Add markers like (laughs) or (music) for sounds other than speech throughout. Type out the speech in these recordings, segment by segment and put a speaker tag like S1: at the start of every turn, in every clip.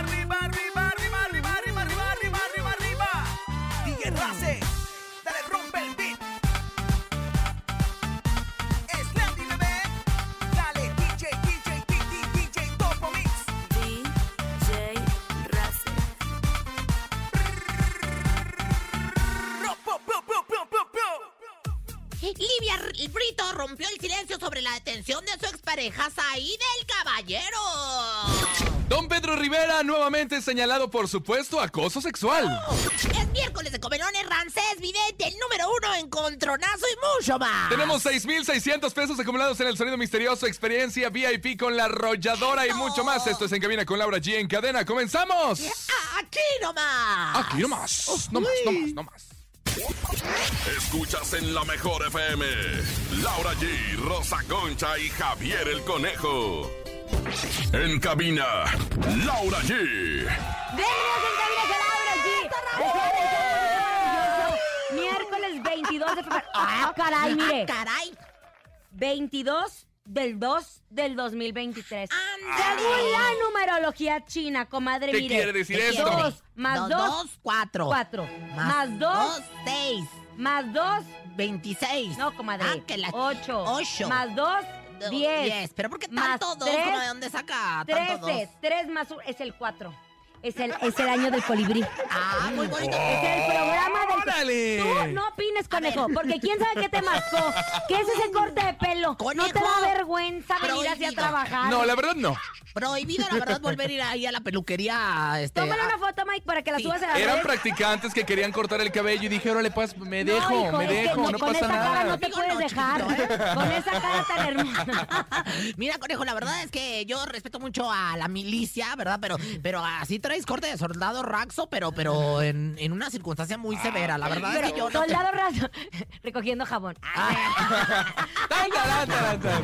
S1: arriba, arriba, arriba, arriba, arriba, arriba, arriba, arriba, arriba DJ Race, dale rompe el beat. Slandy bebé, dale DJ, DJ, DJ, DJ, Topo Mix.
S2: DJ Race.
S1: Ro, po, po, po, po, po, po.
S3: Livia R- Brito rompió el silencio sobre la detención de su expareja Saí del Caballero.
S4: Don Pedro Rivera nuevamente señalado por supuesto acoso sexual.
S3: Es miércoles de comelones Rancés Vidente, el número uno en Contronazo y mucho más.
S4: Tenemos 6,600 pesos acumulados en el sonido misterioso, experiencia VIP con la arrolladora y mucho más. Esto es En Cabina con Laura G. En cadena, ¡comenzamos!
S3: Ah, Aquí nomás.
S4: Aquí nomás, no más, no más, no más.
S5: Escuchas en la mejor FM. Laura G, Rosa Concha y Javier el Conejo. En cabina, Laura G.
S6: Bienvenidos en cabina con Laura G. Miércoles 22 de febrero. ¡Ah, caray, mire!
S3: Ah, caray.
S6: 22 del 2 del 2023.
S3: Ah, Ándale.
S6: Según la numerología china, comadre,
S4: ¿Qué
S6: mire.
S4: quiere decir
S6: ¿qué
S4: esto?
S6: quiere? Dos más
S3: Dos,
S6: 2,
S3: dos, cuatro.
S6: 4. Más 2,
S3: 6.
S6: más 2,
S3: 26.
S6: no, comadre.
S3: Ah, que la-
S6: 8.
S3: Ocho.
S6: Más 2,
S3: Do-
S6: 10.
S3: diez. Pero ¿por qué
S6: Más
S3: tanto dos?
S6: tres,
S3: ¿Cómo ¿De dónde saca tanto
S6: 13.
S3: dos?
S6: 3 más 1 es el 4. Es el, es el año del colibrí.
S3: Ah, muy bonito.
S4: Oh.
S6: Es el programa del...
S4: ¡Órale!
S6: Tú no opines, conejo,
S3: ver.
S6: porque quién sabe qué te marcó. ¿Qué es ese corte de pelo? ¿No te
S3: Conejo.
S6: da vergüenza venir así a
S3: Prohibido.
S6: trabajar?
S4: No, la verdad no.
S3: Prohibido, la verdad, volver a ir ahí a la peluquería. Este,
S6: Tómale
S3: a-
S6: una foto, Mike, para que la
S3: Sí.
S6: subas a la
S4: Eran
S6: red.
S4: practicantes que querían cortar el cabello y dije, órale, pues me
S6: No,
S4: dejo,
S6: hijo,
S4: me
S6: es que
S4: dejo,
S6: no,
S4: no
S6: con
S4: pasa
S6: esa cara no
S4: nada.
S6: te
S3: Digo,
S6: puedes
S3: no,
S6: dejar. ¿eh?
S3: chiquito, ¿eh?
S6: Con esa cara
S3: (laughs)
S6: tan hermosa.
S3: (laughs) Mira, conejo, la verdad es que yo respeto mucho a la milicia, ¿verdad? Pero, pero así traes corte de soldado raxo, pero, pero en, en una circunstancia muy severa. La verdad es que yo no te-
S6: Soldado raso, (laughs) recogiendo jabón.
S4: Tan, tan, tan, tan.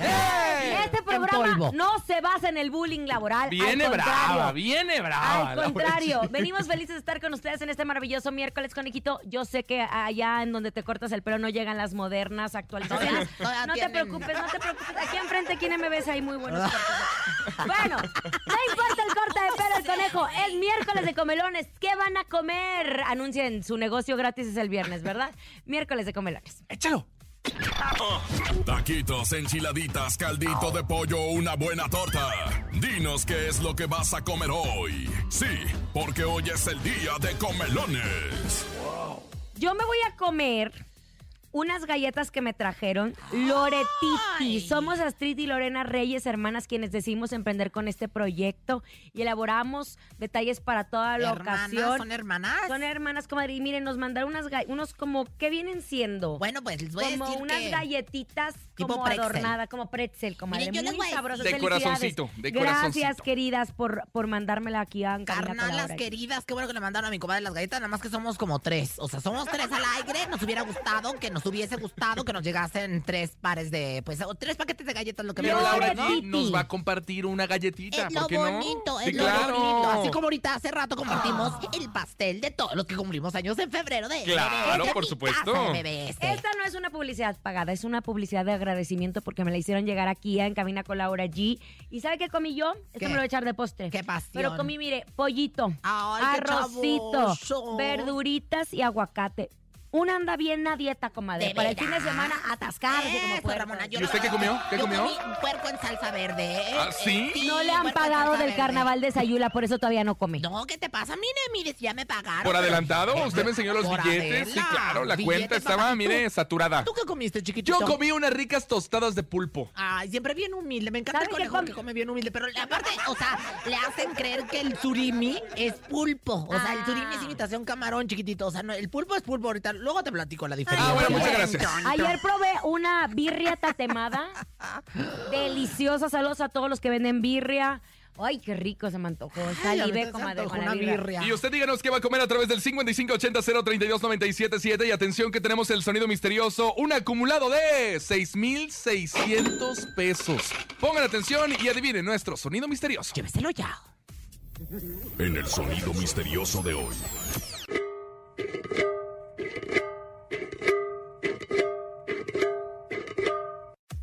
S4: ¡Eh!
S6: Este
S3: polvo.
S6: programa no se basa en el bullying laboral.
S4: Viene
S6: al contrario.
S4: brava, viene brava.
S6: Al
S4: Laura G.
S6: contrario, venimos felices de estar con ustedes en este maravilloso miércoles, conejito. Yo sé que allá en donde te cortas el pelo no llegan las modernas actualizaciones.
S3: Todavía- todavía
S6: (laughs) no te
S3: tienen.
S6: preocupes, no te preocupes. Aquí enfrente, ¿quién me ves ahí? Muy (laughs) buenos cortes. Bueno, no importa el corte de pelo, el conejo. Es miércoles de comelones. ¿Qué van a comer? Anuncien su negocio gratis es el viernes, ¿verdad? Miércoles de comelones.
S4: Échalo.
S5: Taquitos, enchiladitas, caldito de pollo, una buena torta. Dinos qué es lo que vas a comer hoy. Sí, porque hoy es el día de comelones.
S6: Yo me voy a comer unas galletas que me trajeron Loretiti.
S3: ¡Ay!
S6: Somos Astrid y Lorena Reyes, hermanas, quienes decidimos emprender con este proyecto y elaboramos detalles para toda la
S3: Hermanas,
S6: ocasión.
S3: son hermanas.
S6: Son hermanas, comadre. Y miren, nos mandaron unas ga- unos como, ¿qué vienen siendo?
S3: Bueno, pues les voy a
S6: como
S3: decir
S6: unas
S3: que...
S6: galletitas
S3: Tipo
S6: como
S3: pretzel.
S6: adornada, como pretzel, comadre.
S3: Miren, yo les voy
S6: Muy
S3: a-
S6: sabrosas.
S4: De
S6: Felicidades.
S4: corazoncito, de
S6: Gracias,
S4: corazoncito.
S6: queridas, por, por mandármela aquí a Cabina con
S3: Carnalas
S6: Laura.
S3: queridas, qué bueno que le mandaron a mi comadre las galletas, nada más que somos como tres. O sea, somos tres al aire, nos hubiera gustado que nos hubiese gustado que nos llegasen tres pares de, pues, o tres paquetes de galletas, lo que
S4: Pero
S3: me
S4: Laura
S6: ¿no?
S4: G nos va a compartir una galletita.
S3: Es
S4: ¿por
S3: lo
S4: qué no?
S3: bonito,
S4: Sí,
S3: es lo
S4: claro.
S3: bonito. Así como ahorita hace rato
S4: (gasps)
S3: compartimos el pastel de todos los que cumplimos años en febrero de
S4: Claro,
S3: de
S4: por
S3: mi
S4: supuesto.
S3: casa, este, bebés.
S6: Esta no es una publicidad pagada, es una publicidad de agradecimiento porque me la hicieron llegar aquí en Cabina con Laura G. ¿Y sabe qué comí yo? Esto
S3: ¿Qué?
S6: me lo voy a echar de postre.
S3: Qué pasión.
S6: Pero comí, mire, pollito,
S3: Ay, qué
S6: arrocito,
S3: chavoso.
S6: verduritas y aguacate. Una anda bien a dieta, comadre.
S3: ¿De
S6: Para el fin
S3: veras?
S6: de semana, atascarse como
S3: Eso,
S6: puercos.
S3: Ramona, yo
S4: ¿Y
S3: la
S4: usted qué
S3: verdad,
S4: comió? ¿Qué
S3: yo
S4: comió?
S3: comí puerco en salsa verde.
S4: ¿Ah,
S3: eh,
S4: sí?
S6: No le han
S3: puerco en
S6: pagado
S3: salsa
S6: del
S3: verde.
S6: carnaval de Sayula, por eso todavía no come.
S3: No, ¿qué te pasa? Mire, mire, si ya me pagaron.
S4: ¿Por
S3: pero-
S4: adelantado?
S3: Eh,
S4: Usted me enseñó los
S3: por
S4: billetes. Sí,
S3: adelan-
S4: claro, la cuenta
S3: billetes,
S4: estaba,
S3: papá.
S4: mire,
S3: ¿Tú-
S4: saturada.
S3: ¿Tú qué comiste,
S4: Yo
S3: chiquitito?
S4: comí unas ricas tostadas de pulpo.
S3: Ay, siempre bien humilde. Me encanta el
S6: ¿Saben qué
S3: conejo
S6: com-
S3: que come bien humilde. Pero aparte, o sea, le hacen creer que el surimi es pulpo. O sea, el
S6: Ah.
S3: surimi es imitación camarón, chiquitito. O sea, no, el pulpo es pulpo ahorita. Luego te platico la diferencia.
S4: Ah, bueno,
S6: Oye,
S4: muchas gracias.
S6: Ayer probé una birria
S3: (laughs)
S6: tatemada. Deliciosa. Saludos a todos los que venden birria. Ay, qué rico se me antojó.
S3: Ay, ahorita
S6: Salivé,
S3: se
S6: comadre,
S3: antojó
S6: con la
S3: una
S6: birria.
S3: birria.
S4: Y usted díganos qué va a comer a través del 5580-032-977. Y atención que tenemos el sonido misterioso, un acumulado de 6,600 pesos. Pongan atención y adivinen nuestro sonido misterioso.
S3: Lléveselo ya.
S4: Ah,
S5: En el sonido misterioso de hoy.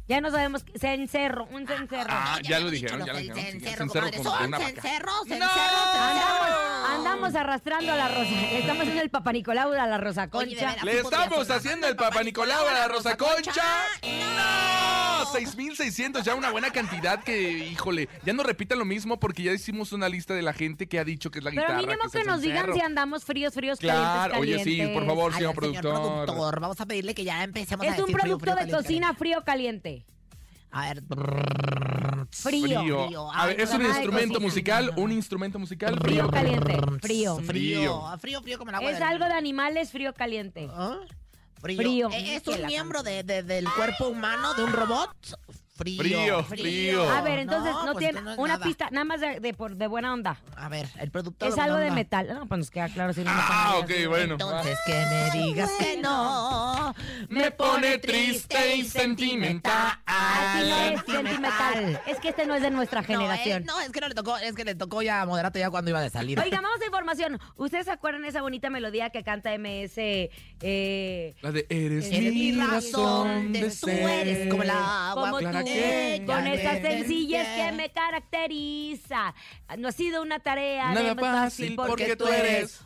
S6: Ya no sabemos. qué- Cencerro, un cencerro.
S4: Ah, ya lo
S3: me
S4: dijeron,
S3: dicho
S4: ya lo
S3: que el
S4: dijeron, sí,
S3: cencerro,
S4: cencerro
S3: comadre.
S4: como
S3: Son
S4: una vaca.
S3: cencerros,
S4: ¡No!
S3: cencerros,
S6: Andamos,
S3: cencerros.
S6: andamos arrastrando a la rosa. Le Estamos haciendo el Papa Nicolau a la rosa
S3: Oye, de
S6: concha.
S3: veras.
S4: Le estamos haciendo el Papa Nicolau a la Rosa Concha. ¡No! 6,600, ya una buena cantidad que, híjole, ya no repitan lo mismo porque ya hicimos una lista de la gente que ha dicho que es la
S6: Pero
S4: guitarra.
S6: mínimo
S4: es
S6: que
S4: el
S6: nos digan
S4: cencerro.
S6: si andamos fríos, fríos,
S4: Claro,
S6: calientes,
S4: oye, sí, por
S6: calientes.
S4: favor,
S3: Ay,
S4: señor
S3: al señor
S4: productor.
S3: productor, vamos a pedirle que ya empecemos a
S6: Es un
S3: decir frío,
S6: producto
S3: frío,
S6: de
S3: caliente,
S6: cocina frío,
S3: caliente.
S6: caliente.
S3: A ver. brrr,
S6: Frío.
S4: Frío. A ver,
S3: Ay,
S4: es un
S6: nada de
S4: instrumento
S6: cocina.
S4: musical, un instrumento musical.
S6: Frío, caliente. Frío.
S3: Frío. Frío, frío, como el agua.
S6: Es
S3: del-
S6: algo de animales frío, caliente.
S3: ¿Ah? Frío.
S6: Frío.
S3: Eh, ¿Es
S6: Que
S3: un
S6: la
S3: miembro de, de- del cuerpo humano de un robot? Frío.
S4: Frío, frío.
S6: A ver, entonces no,
S3: pues
S6: tiene
S3: esto no es
S6: una
S3: nada.
S6: pista, nada más de, de por- de buena onda.
S3: A ver, el productor.
S6: Es
S3: buena
S6: algo de
S3: onda.
S6: metal. No, pues nos queda claro si no. nos
S4: Ah,
S6: van a
S4: ok,
S6: decir.
S4: bueno.
S3: Entonces que
S6: Ah,
S3: me digas que no.
S4: Me pone triste y sentimental.
S6: Así no es
S3: Sentimental.
S6: sentimental. Es que este no es de nuestra generación.
S3: No, es, no, es que no le tocó, es que le tocó ya a moderato ya cuando iba de salir.
S6: Oiga, vamos a información. ¿Ustedes se acuerdan de esa bonita melodía que canta MS? Eh,
S4: La de Eres
S3: Eres mi razón de tú eres como el agua
S6: como
S4: Clara
S6: tú,
S4: que
S6: con
S4: ya
S6: esa
S4: me
S6: sencillez que me caracteriza. No ha sido una tarea de
S4: Nada fácil porque tú eres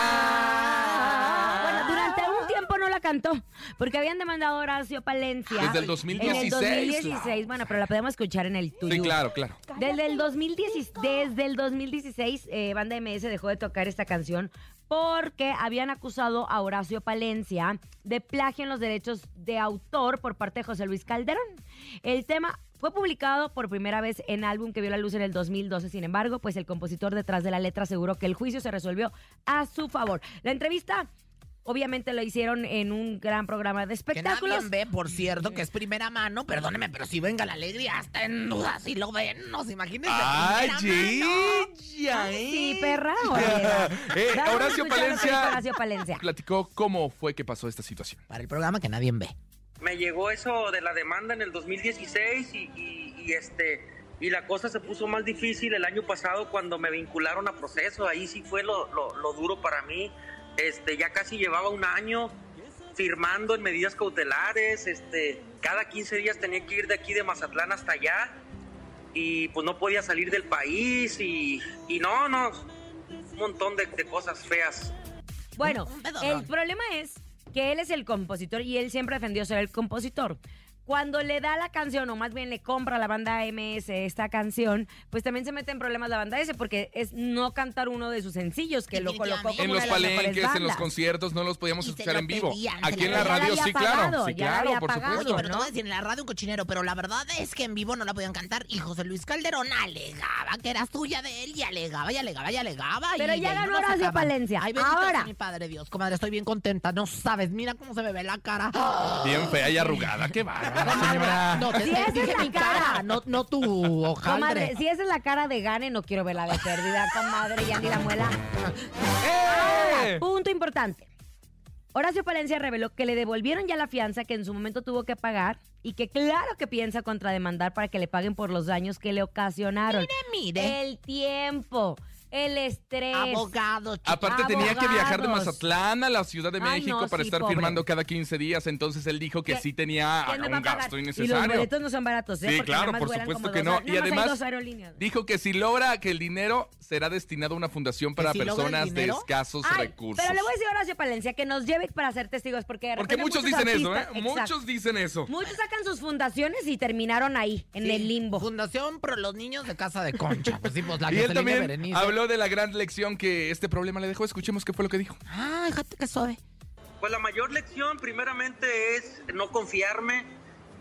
S4: única.
S6: Ah, Bueno, durante un tiempo no la cantó, porque habían demandado a Horacio Palencia.
S4: Desde el
S6: En el
S4: 2016.
S6: 2016, bueno, pero la podemos escuchar en el tuyo.
S4: Sí, claro, claro.
S6: Desde el 2016, desde el 2016 eh, Banda MS dejó de tocar esta canción porque habían acusado a Horacio Palencia de plagio en los derechos de autor por parte de José Luis Calderón. El tema fue publicado por primera vez en álbum que vio la luz en el 2012, sin embargo, pues el compositor detrás de la letra aseguró que el juicio se resolvió a su favor. La entrevista... Obviamente lo hicieron en un gran programa
S3: Que nadie
S6: de espectáculos.
S3: ve, por cierto, que es primera mano. Perdóneme, pero si venga la alegría, hasta en duda si lo ven. No se imaginen.
S4: ¡Ay,
S6: Sí,
S3: (laughs)
S6: perra. oye.
S4: (laughs) Eh,
S6: Vamos a
S4: Horacio
S6: escuchar lo que
S4: Palencia.
S6: dijo Horacio Palencia.
S4: Platicó cómo fue que pasó esta situación.
S3: Para el programa que nadie ve.
S7: me llegó eso de la demanda en el 2016 y, y- y, este y la cosa se puso más difícil el año pasado cuando me vincularon a proceso ahí sí fue lo, lo- lo duro para mí este ya casi llevaba un año firmando en medidas cautelares este cada 15 días tenía que ir de aquí de Mazatlán hasta allá y pues no podía salir del país y, y no no un montón de- de cosas feas
S6: Bueno,
S3: Un pedorrón.
S6: el problema es que él es el compositor y él siempre defendió ser el compositor. Cuando le da la canción, o más bien le compra a la banda MS esta canción, pues también se mete en problemas la banda S porque es no cantar uno de sus sencillos que lo colocó como
S3: Definitivamente.
S4: En
S6: una
S4: los
S6: de las mejores
S4: palenques, en los
S6: bandas.
S4: conciertos, no los podíamos
S3: Y se
S4: escuchar
S3: lo
S4: en vivo.
S3: pedían, se
S4: Aquí
S3: lo
S4: en la
S3: pedían.
S4: radio,
S6: Ya la
S4: sí,
S6: había
S4: claro.
S6: pagado,
S4: Sí,
S6: ya la
S4: claro,
S6: había
S4: por
S6: pagado.
S3: Oye,
S4: supuesto.
S3: pero te
S6: ¿no?
S3: voy a decir, en la radio un cochinero, pero la verdad es que en vivo no la podían cantar. Y José Luis Calderón alegaba que era suya de él y alegaba y alegaba y alegaba.
S6: Pero
S3: y
S6: ya
S3: de ahí
S6: ganó
S3: no la
S6: Horacio
S3: sacaban.
S6: Palencia.
S3: Ay, bendito
S6: Ahora.
S3: sea mi padre Dios, comadre, estoy bien contenta. No sabes, mira cómo se me ve la cara.
S4: Bien fea y arrugada. Qué bárbara, señora.
S3: No, te,
S6: Si
S3: te
S6: ¡Ah! esa es
S3: dije
S6: la
S3: mi cara,
S6: cara.
S3: no, no tu
S6: Comadre,
S3: hojaldre.
S6: si esa es la cara de Gane, no quiero verla de pérdida, comadre, ya ni la muela.
S4: ¡Eh!
S6: Punto importante. Horacio Palencia reveló que le devolvieron ya la fianza que en su momento tuvo que pagar y que claro que piensa contrademandar para que le paguen por los daños que le ocasionaron.
S3: Mire,
S6: El tiempo, el estrés.
S3: abogado, chico.
S4: Aparte tenía que viajar de
S6: Abogados.
S4: Mazatlán a la Ciudad de
S6: Ah,
S4: México
S6: no,
S4: para
S6: sí,
S4: estar
S6: pobre.
S4: firmando cada 15 días, entonces él dijo que,
S6: Que-
S4: sí tenía
S6: ¿Quién me va a
S4: un
S6: pagar?
S4: gasto
S6: Y los
S4: innecesario.
S6: boletos no son baratos, ¿eh?
S4: Sí,
S6: Porque
S4: claro,
S6: nada más
S4: por
S6: vuelan
S4: supuesto
S6: como
S4: que
S6: dos-
S4: no.
S6: nada
S4: Y
S6: más hay
S4: además
S6: dos aerolíneas.
S4: dijo que si logra que el dinero será destinado a una fundación para
S3: si logra el
S4: personas de
S3: dinero?
S4: escasos
S6: Ay,
S4: recursos.
S6: Pero le voy a decir a Horacio Palencia que nos lleve para ser testigos, porque de
S4: Porque
S6: repente
S4: muchos dicen eso, ¿eh?
S6: artistas- Exacto.
S4: Muchos dicen eso.
S6: Muchos sacan sus fundaciones y terminaron ahí, en
S3: Sí,
S6: el limbo.
S3: Fundación Pro los Niños de Casa de Concha. Pues sí, pues la
S4: (laughs) Y él
S3: Catalina
S4: también
S3: Berenice.
S4: habló de la gran lección que este problema le dejó. Escuchemos qué fue lo que dijo.
S3: Ah, déjate que suave.
S7: Pues la mayor lección primeramente es no confiarme.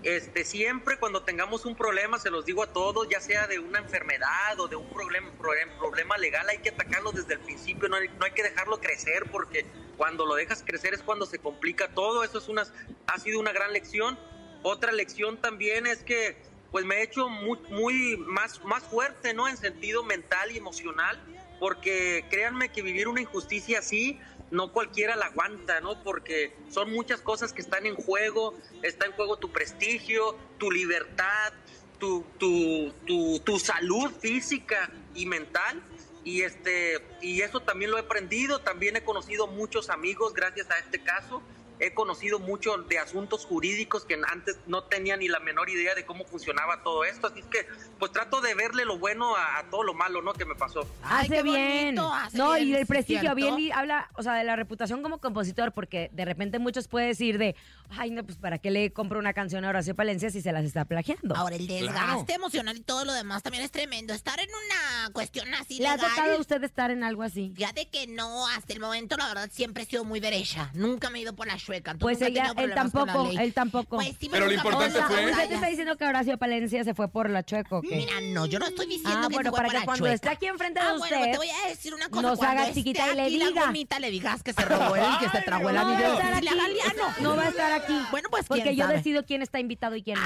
S7: Este, siempre cuando tengamos un problema, se los digo a todos, ya sea de una enfermedad o de un problema, problem- problema legal, hay que atacarlo desde el principio, no hay, no hay que dejarlo crecer porque cuando lo dejas crecer es cuando se complica todo. Eso es una, ha sido una gran lección. Otra lección también es que pues me he hecho muy, muy más, más fuerte, ¿no? En sentido mental y emocional, porque créanme que vivir una injusticia así, no cualquiera la aguanta, ¿no? Porque son muchas cosas que están en juego, está en juego tu prestigio, tu libertad, tu, tu, tu, tu salud física y mental. Y, este, y eso también lo he aprendido, también he conocido muchos amigos gracias a este caso he conocido mucho de asuntos jurídicos que antes no tenía ni la menor idea de cómo funcionaba todo esto. Así es que, pues trato de verle lo bueno a, a todo lo malo, ¿no? Que me pasó.
S3: Ay,
S6: hace
S3: qué
S6: bien.
S3: bonito, hace
S6: no,
S3: bien,
S6: y del
S3: sí,
S6: prestigio,
S3: ¿cierto?
S6: bien y habla, o sea, de la reputación como compositor, porque de repente muchos pueden decir de, ay, no, pues para qué le compro una canción a Horacio Palencia si se las está plagiando.
S3: Ahora, el desgaste
S4: Claro.
S3: emocional y todo lo demás también es tremendo. Estar en una cuestión así
S6: ¿Le ha tocado a
S3: legal.
S6: usted estar en algo así?
S3: Fíjate que no, hasta el momento, la verdad, siempre he sido muy derecha. Nunca me he ido por la chueca. Entonces,
S6: Pues
S3: nunca he
S6: ella,
S3: tenido
S6: él
S3: problemas con la
S6: tampoco,
S3: ley.
S6: él tampoco.
S3: Pues sí,
S4: Pero lo
S3: nunca- o
S4: importante
S3: sea,
S4: fue-
S3: o sea,
S6: usted te está diciendo que Horacio Palencia se fue por la chueco.
S3: Mira, no, yo no estoy diciendo
S6: Ah,
S3: que
S6: bueno,
S3: fue
S6: para
S3: por
S6: que
S3: la
S6: cuando
S3: chueca.
S6: esté aquí enfrente de
S3: Ah,
S6: usted.
S3: bueno, te voy a decir una cosa.
S6: nos
S3: cuando
S6: haga chiquita
S3: esté
S6: y le
S3: aquí la
S6: diga.
S3: gomita, le digas que se robó el que se tragó el
S6: no va a
S3: anillo.
S6: estar
S3: Y le haga
S6: aquí.
S3: liano.
S6: (laughs) No va a estar aquí.
S3: ah, Bueno, pues,
S6: Porque
S3: ¿quién
S6: yo
S3: sabe? Ah.
S6: decido quién está invitado y quién no.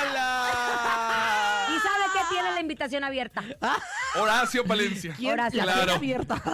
S4: ¡Tómala!
S6: (laughs) Y sabe que tiene la invitación abierta.
S4: Horacio Palencia.
S3: ¿Quién?
S6: Horacio.
S3: ¿La
S4: Claro.
S3: tiene abierta? (laughs)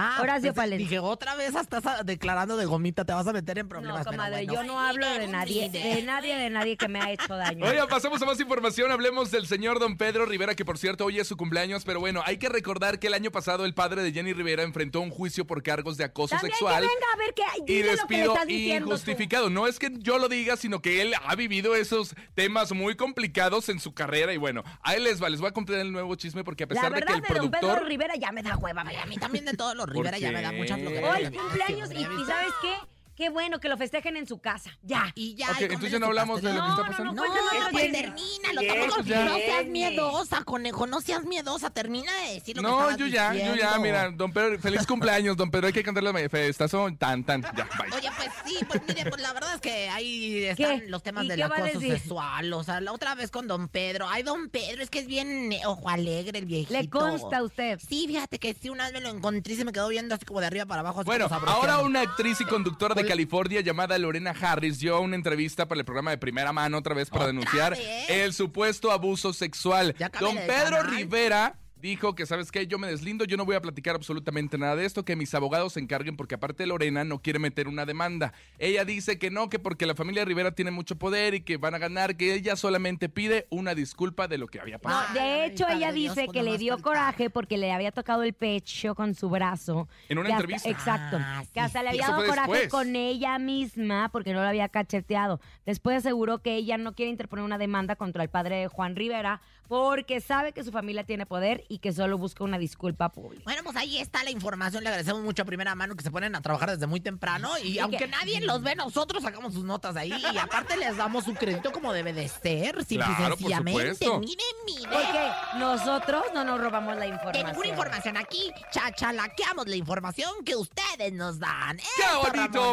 S3: Ah,
S6: Horacio
S3: pensé-
S6: Palencia.
S3: Dije, otra vez estás ah, declarando de gomita, te vas a meter en problemas.
S6: No,
S3: pero
S6: comadre,
S3: bueno.
S6: yo no hablo de
S3: Eres
S6: nadie,
S3: un
S6: de
S3: líder.
S6: nadie, de nadie que me ha hecho daño.
S4: Oiga, pasamos a más información. Hablemos del señor don Pedro Rivera, que por cierto hoy es su cumpleaños, pero bueno, hay que recordar que el año pasado el padre de Jenny Rivera enfrentó un juicio por cargos de acoso
S6: También
S4: sexual.
S6: que venga a ver que
S4: Y
S6: dile lo que le
S4: despido
S6: estás diciendo.
S4: injustificado. No es que yo lo diga, sino que él ha vivido esos temas muy complicados en su carrera. Y bueno, ahí les va, les voy a contar el nuevo chisme porque a
S6: tú. La
S4: pesar de que
S6: verdad
S4: el
S6: de Don Pedro
S4: productor.
S6: Rivera ya me da hueva,
S3: Ay,
S6: vaya.
S3: a mí también de
S4: (laughs)
S3: todos los Rivera ya me da
S4: qué?
S3: mucha flojera.
S6: Hoy
S4: Ay,
S6: cumpleaños y, y ¿sabes qué? Qué bueno que lo festejen en su casa. Ya.
S3: Y ya.
S4: Ok,
S3: y cómele
S4: entonces no
S3: su
S4: hablamos de lo que
S3: pastelito.
S4: está
S6: No,
S4: pasando.
S6: no,
S3: No,
S6: Cuéntame
S3: no,
S6: lo
S3: pues
S6: que tiene.
S3: termínalo.
S7: Bien,
S3: tampoco-
S4: ya.
S3: No seas
S7: Bien.
S3: miedosa, conejo. No seas miedosa. Termina de decir lo que
S4: No,
S3: estabas
S4: yo ya, yo ya,
S3: diciendo.
S4: mira, don Pedro, feliz cumpleaños, don Pedro, hay que cantarle la festazo, tan, tan, ya, bye.
S3: Oye, pues sí, pues mire, pues la verdad es que ahí están los temas
S6: ¿Y
S3: del
S6: qué va a
S3: acoso
S6: decir?
S3: sexual. O sea, la otra vez con don Pedro. Ay, don Pedro, es que es bien eh, ojo alegre el viejito.
S6: Le consta a usted.
S3: Sí, fíjate que sí, una vez me lo encontré y se me quedó viendo así como de arriba para abajo. así
S4: Bueno,
S3: como sabroseando.
S4: ahora una actriz y conductora de California llamada Lorena Harris dio una entrevista para el programa de primera mano otra vez para denunciar
S3: vez?
S4: el supuesto abuso sexual.
S3: Oh, ¿eh? Ya cámbiale
S4: Don
S3: de
S4: Pedro
S3: canal.
S4: Rivera dijo que, ¿sabes qué? Yo me deslindo, yo no voy a platicar absolutamente nada de esto, que mis abogados se encarguen porque aparte Lorena no quiere meter una demanda. Ella dice que no, que porque la familia Rivera tiene mucho poder y que van a ganar, que ella solamente pide una disculpa de lo que había pasado.
S6: No, de
S3: Ay,
S6: hecho,
S3: padre
S6: ella
S3: Dios,
S6: dice
S3: pues
S6: que
S3: nomás
S6: le dio
S3: faltaba.
S6: coraje porque le había tocado el pecho con su brazo.
S4: En una
S6: Que hasta-
S4: entrevista.
S6: exacto.
S3: Ah,
S6: que
S3: sí,
S6: hasta le
S4: sí.
S6: había
S4: Eso
S6: dado
S4: fue
S6: coraje
S4: después.
S6: con ella misma porque no lo había cacheteado. Después aseguró que ella no quiere interponer una demanda contra el padre de Juan Rivera porque sabe que su familia tiene poder y que solo busca una disculpa pública.
S3: Bueno, pues ahí está la información. Le agradecemos mucho a primera mano que se ponen a trabajar desde muy temprano. Y aunque nadie los ve, nosotros sacamos sus notas ahí. Y aparte les damos su crédito como debe de ser, simple y
S4: Claro, por
S3: sencillamente.
S4: supuesto.
S3: Mire, mire.
S6: Porque nosotros no nos robamos la información.
S3: Tenemos una información aquí. Chachalaqueamos la información que ustedes nos dan.
S4: ¡Qué
S3: Eso,
S4: bonito!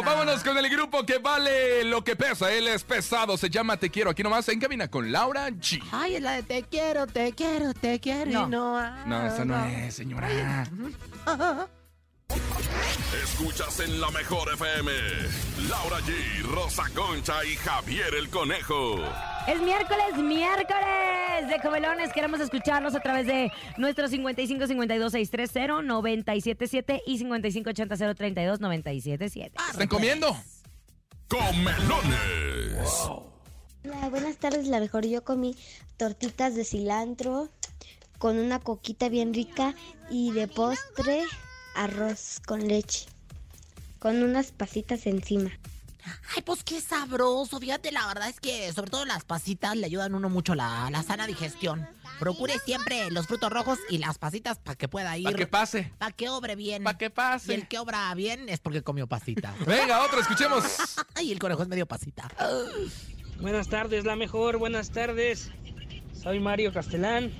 S3: Ramona.
S4: Vámonos con el grupo que vale lo que pesa. Él es pesado, se llama Te Quiero. Aquí nomás en cabina con Laura G.
S3: Ay, es la de te quiero, te quiero, te quiero y
S6: No.
S3: no. ah,
S4: No, esa no es, señora.
S5: Escuchas en la mejor FM. Laura G, Rosa Concha y Javier el Conejo.
S6: Es miércoles, miércoles de Comelones. Queremos escucharlos a través de nuestro 5552-630-977 y 5580-032-977.
S4: ¿Están comiendo?
S5: Comelones.
S8: Hola, buenas tardes. La mejor yo comí tortitas de cilantro con una coquita bien rica y de postre arroz con leche con unas pasitas encima.
S3: Ay, pues qué sabroso. Fíjate, la verdad es que sobre todo las pasitas le ayudan uno mucho la, la sana digestión. Procure siempre los frutos rojos y las pasitas para que pueda ir.
S4: Para que pase.
S3: Pa' que obre bien.
S4: Para Mm. que
S3: Y el
S4: pase.
S3: que obra bien es porque comió
S4: (laughs)
S3: pasita.
S4: Venga, otro, escuchemos.
S3: Ay, el conejo es medio pasita.
S9: Buenas tardes, la mejor, buenas tardes. Soy Mario Castelán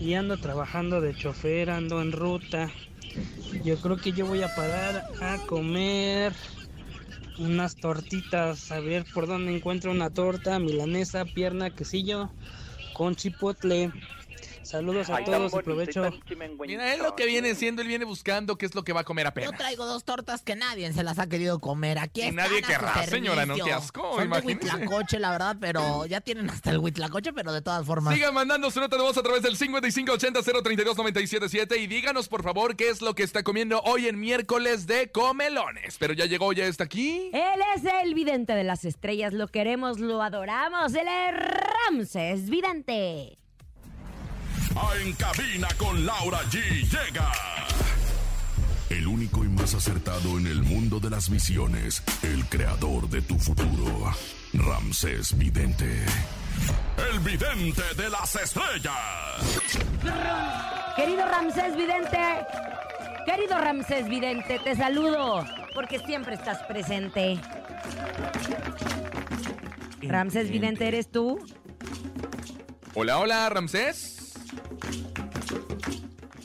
S9: y ando trabajando de chofer, ando en ruta. Yo creo que yo voy a parar a comer unas tortitas, a ver por dónde encuentro una torta milanesa, pierna, quesillo, con chipotle. Saludos a todos y provecho.
S4: Mira, es lo que viene siendo, él viene buscando qué es lo que va a comer
S3: Yo
S4: apenas.
S3: traigo dos tortas que nadie se las ha querido comer. Aquí
S4: Y
S3: están
S4: nadie
S3: a su
S4: querrá, señora, no,
S3: servicio.
S4: qué asco,
S3: Son de
S4: imagínese.
S3: huitlacoche, la verdad, pero ya tienen hasta el huitlacoche, pero de todas formas.
S4: Sigan mandando su nota de voz a través del 5580-032-977 y díganos por favor qué es lo que está comiendo hoy en miércoles de comelones. Pero ya llegó, ya está aquí.
S6: Él es el vidente de las estrellas. Lo queremos, lo adoramos. Él es Ramses Vidente.
S5: A Ah, En Cabina con Laura G. Llega. El único y más acertado en el mundo de las visiones. El creador de tu futuro. Ramsés Vidente. El vidente de las estrellas.
S6: Querido Ramsés Vidente, querido Ramsés Vidente, te saludo porque siempre estás presente. Ramsés Vidente, ¿eres tú?
S4: Hola, hola, Ramsés.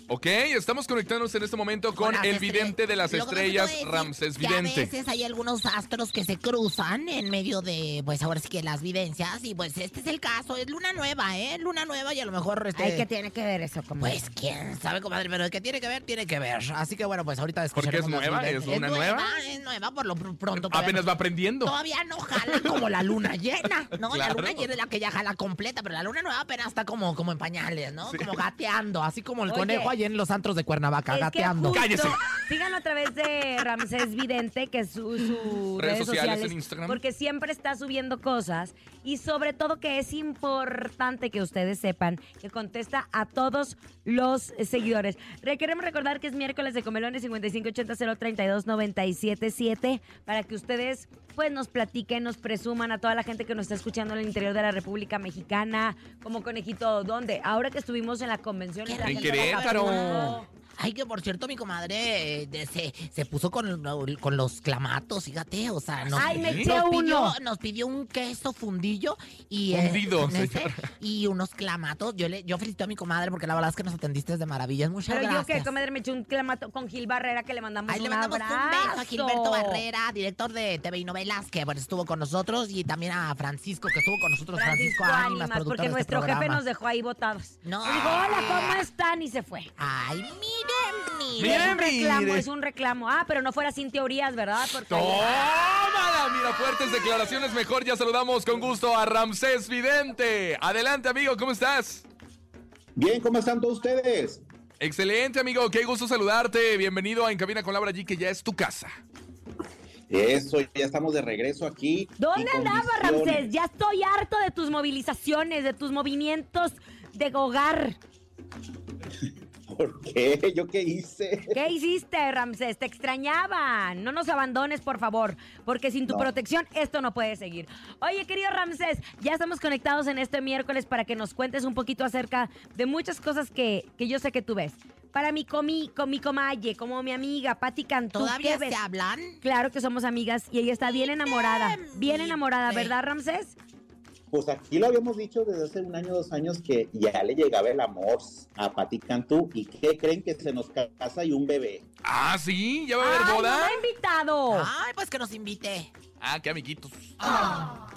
S4: Ok, estamos conectándonos en este momento con
S3: Ahora,
S4: el
S3: estre-
S4: vidente de las
S3: Lo que sí te voy a
S4: estrellas,
S3: decir
S4: Ramsés
S3: que A
S4: Vidente.
S3: veces hay algunos astros que se cruzan en medio de, pues ahora sí que las vivencias. Y pues este es el caso, es luna nueva, ¿eh? Luna nueva y a lo mejor este.
S6: Ay, ¿qué tiene que ver eso con
S3: Pues quién sabe, comadre, pero el que tiene que ver, tiene que ver. Así que bueno, pues ahorita
S4: Porque es
S3: escucharemos las
S4: nueva,
S3: vivencias.
S4: es luna nueva.
S3: Es nueva, por lo pr- pronto. todavía
S4: Apenas
S3: no-
S4: va aprendiendo.
S3: Todavía no jala como la luna llena, ¿no? La
S4: Claro.
S3: luna llena es la que ya jala completa, pero la luna nueva apenas está como, como en pañales, ¿no? Como gateando, así como el
S6: Oye.
S3: conejo allá en los antros de Cuernavaca,
S6: Es que
S3: gateando.
S6: justo-
S4: ¡Cállese!
S6: Síganlo a través de Ramsés Vidente, que es su, su
S4: Redes
S6: redes,
S4: sociales,
S6: sociales,
S4: en Instagram.
S6: Porque siempre está subiendo cosas. Y sobre todo que es importante que ustedes sepan que contesta a todos los seguidores. Re- Queremos recordar que es miércoles de Comelones 5580-032-977 para que ustedes pues nos platiquen, nos presuman a toda la gente que nos está escuchando en el interior de la República Mexicana, como conejito, ¿dónde? Ahora que estuvimos en la convención.
S3: En
S6: la gente lo
S4: Querétaro.
S6: capturó.
S3: Ay, que por cierto, mi comadre eh, de- se, se puso con, lo- con los clamatos, fíjate, o sea, nos,
S6: Ay, me
S3: nos
S6: eché
S3: pidió,
S6: uno.
S3: nos pidió un queso fundillo y... eh,
S4: Fundido,
S3: ese,
S4: señora.
S3: Y unos clamatos. Yo le yo felicito a mi comadre porque la verdad es que nos atendiste de maravillas. Muchas
S6: Pero
S3: gracias.
S6: yo que comadre me eché un clamato con Gil Barrera que le mandamos
S3: Ahí
S6: un
S3: le mandamos un
S6: abrazo.
S3: beso a Gilberto Barrera, director de TV y novelas, que bueno, estuvo con nosotros, y también a Francisco, que estuvo con nosotros, Francisco, Ánimas,
S6: Francisco Ánimas,
S3: productor de
S6: porque
S3: este
S6: nuestro jefe
S3: programa.
S6: nos dejó ahí botados.
S3: No.
S6: Nos dijo, hola, ¿cómo están? Y se fue.
S3: Ay, miren, miren.
S4: Mira,
S6: es un
S4: mire.
S6: reclamo, es un reclamo. Ah, pero no fuera sin teorías, ¿verdad? Porque
S4: ¡Tómala! Mira, fuertes declaraciones. Mejor ya saludamos con gusto a Ramsés Vidente. Adelante, amigo, ¿cómo estás?
S10: Bien, ¿cómo están todos ustedes?
S4: Excelente, amigo. Qué gusto saludarte. Bienvenido a En Cabina con Laura G, que ya es tu casa.
S10: Eso, ya estamos de regreso aquí.
S6: ¿Dónde
S10: Y con
S6: andaba,
S10: visiones.
S6: Ramsés? Ya estoy harto de tus movilizaciones, de tus movimientos de hogar.
S10: (laughs) ¿Por qué? ¿Yo qué hice?
S6: ¿Qué hiciste, Ramsés? Te extrañaba. No nos abandones, por favor, porque sin tu
S10: No.
S6: protección esto no puede seguir. Oye, querido Ramsés, ya estamos conectados en este miércoles para que nos cuentes un poquito acerca de muchas cosas que, que yo sé que tú ves. Para mi comi, con mi comalle, como mi amiga Patti Cantú,
S3: ¿Todavía
S6: ¿qué ves?
S3: se hablan?
S6: Claro que somos amigas y ella está bien enamorada, bien enamorada, ¿verdad, Ramsés?
S10: Pues aquí lo habíamos dicho desde hace un año, dos años, que ya le llegaba el amor a Pati Cantú. ¿Y qué creen que se nos casa y un bebé?
S4: Ah, sí, ya va a
S6: ¡Ay,
S4: haber
S6: no me
S4: boda.
S3: Ah.
S6: ha invitado!
S3: Ay, pues que nos invite.
S6: Oh.
S4: Ah, qué amiguitos.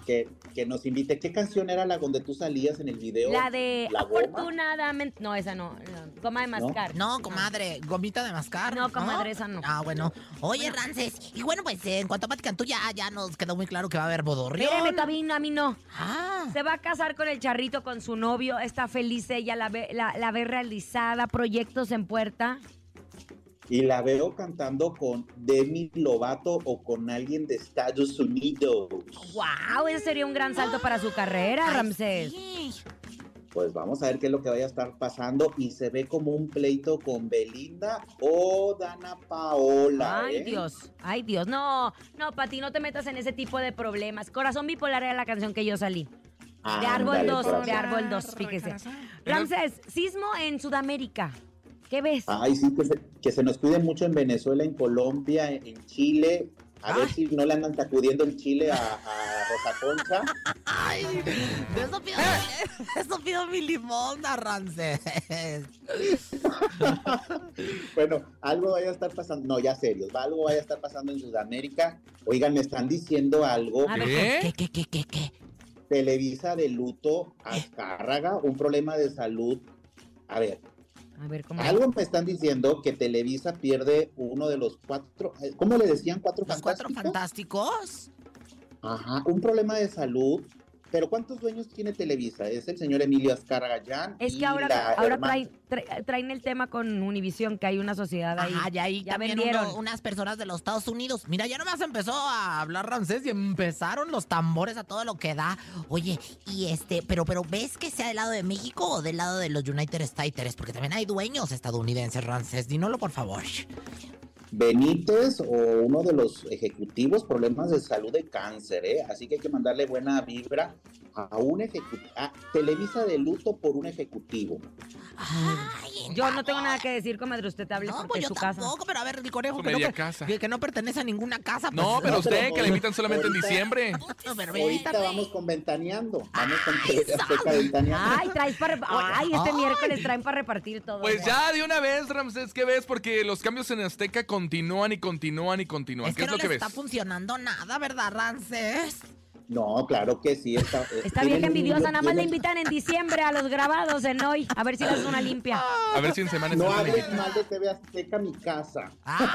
S10: que, que nos invite. ¿Qué canción era la donde tú salías en el video?
S6: La de
S10: La Goma.
S6: afortunadamente. No, esa no. no, Goma de mascar.
S3: No, comadre, gomita de mascar.
S6: No, comadre, esa no.
S3: Ah, bueno. Oye, Rances, y bueno, pues eh, en cuanto a Paticantú, ya, ya nos quedó muy claro que va a haber bodorrio.
S6: Espérame, cabina, a mí no.
S3: Ah,
S6: Se va a casar con el charrito, con su novio. Está feliz ella, la ve, la, la ve realizada, proyectos en puerta.
S10: Y la veo cantando con Demi Lovato o con alguien de Estados Unidos.
S6: ¡Wow! Ese sería un gran salto para su carrera,
S3: ay,
S6: Ramsés.
S3: sí.
S10: Pues vamos a ver qué es lo que vaya a estar pasando. Y se ve como un pleito con Belinda o Dana Paola.
S6: Ay,
S10: ¿eh?
S6: Dios, ay, Dios. No, no, Pati, no te metas en ese tipo de problemas. Corazón bipolar era la canción que yo salí. De
S3: Ah,
S6: árbol
S10: Ándale,
S6: 2,
S10: corazón.
S6: de árbol 2, fíjese. Ramsés, sismo en Sudamérica. ¿Qué ves?
S3: Ah.
S10: Ay, sí, que se, que se nos cuiden mucho en Venezuela, en Colombia, en en Chile. A ver si no le andan sacudiendo en Chile a, a Rosa Concha.
S3: Ay, de eso
S6: Eh.
S3: pido, de eso pido mi (laughs) limonda, Rances.
S10: Bueno, algo vaya a estar pasando. No, ya serios. Algo vaya a estar pasando en Sudamérica. Oigan, me están diciendo algo.
S6: A ver,
S4: ¿Qué?
S3: ¿Qué, qué, qué, qué, qué?
S10: Televisa de luto a Cárraga, un problema de salud. A ver,
S6: a ver, ¿cómo?
S10: algo me están diciendo que Televisa pierde uno de los cuatro. eh, ¿Cómo le decían? ¿Cuatro
S3: ¿Los cuatro
S10: fantásticos?
S3: fantásticos?
S10: Ajá, un problema de salud. Pero ¿cuántos dueños tiene Televisa? Es el señor Emilio Azcárraga Jan.
S6: Es
S10: y
S6: que ahora,
S10: la
S6: ahora
S10: hermana-
S6: traen, tra- traen el tema con Univisión, que hay una sociedad ahí.
S3: Ajá, ya ahí
S6: ya
S3: también
S6: vendieron.
S3: uno- unas personas de los Estados Unidos. Mira, ya nomás empezó a hablar Ramsés y empezaron los tambores a todo lo que da. Oye, y este, pero, pero ¿ves que sea del lado de México o del lado de los United States? Porque también hay dueños estadounidenses, Ramsés. Dinolo, por favor.
S10: Benítez o uno de los ejecutivos problemas de salud de cáncer, ¿eh? Así que hay que mandarle buena vibra a un ejecutivo. Televisa de luto por un ejecutivo.
S3: Ay,
S6: Yo no tengo nada que decir, comadre, usted hable
S3: No,
S6: porque
S3: pues yo
S6: es su casa.
S3: tampoco, pero a ver, el conejo
S4: Su
S3: que no,
S4: media
S3: per-
S4: casa.
S3: que- que no pertenece a ninguna casa.
S4: No,
S3: pues,
S4: pero
S10: No, pero
S4: usted, que le invitan solamente en
S10: ahorita-
S4: diciembre.
S3: No, pero
S10: Ahorita
S3: ahorita-
S10: vamos con ventaneando. Vamos con TV Azteca ventaneando.
S6: Ay, traes para... rep- Ay, este
S3: ay.
S6: miércoles traen para repartir todo.
S4: Pues
S6: vean.
S4: ya, de una vez, Ramsés, ¿qué ves? Porque los cambios en Azteca continúan y continúan y continúan.
S3: Es
S4: ¿Qué
S3: que
S4: es
S3: no
S4: lo
S3: le
S4: que ves?
S3: está funcionando nada, ¿verdad, Rances?
S10: No, claro que sí. Está,
S6: Está bien
S10: tienen un niño,
S6: envidiosa, nada más le
S10: tienen-
S6: invitan en diciembre a los grabados en hoy. A ver si le hacen una
S3: (laughs)
S6: limpia.
S4: A ver si en semana
S10: No
S4: se pone-
S10: hables mal de TV Azteca, mi casa.
S3: Ah,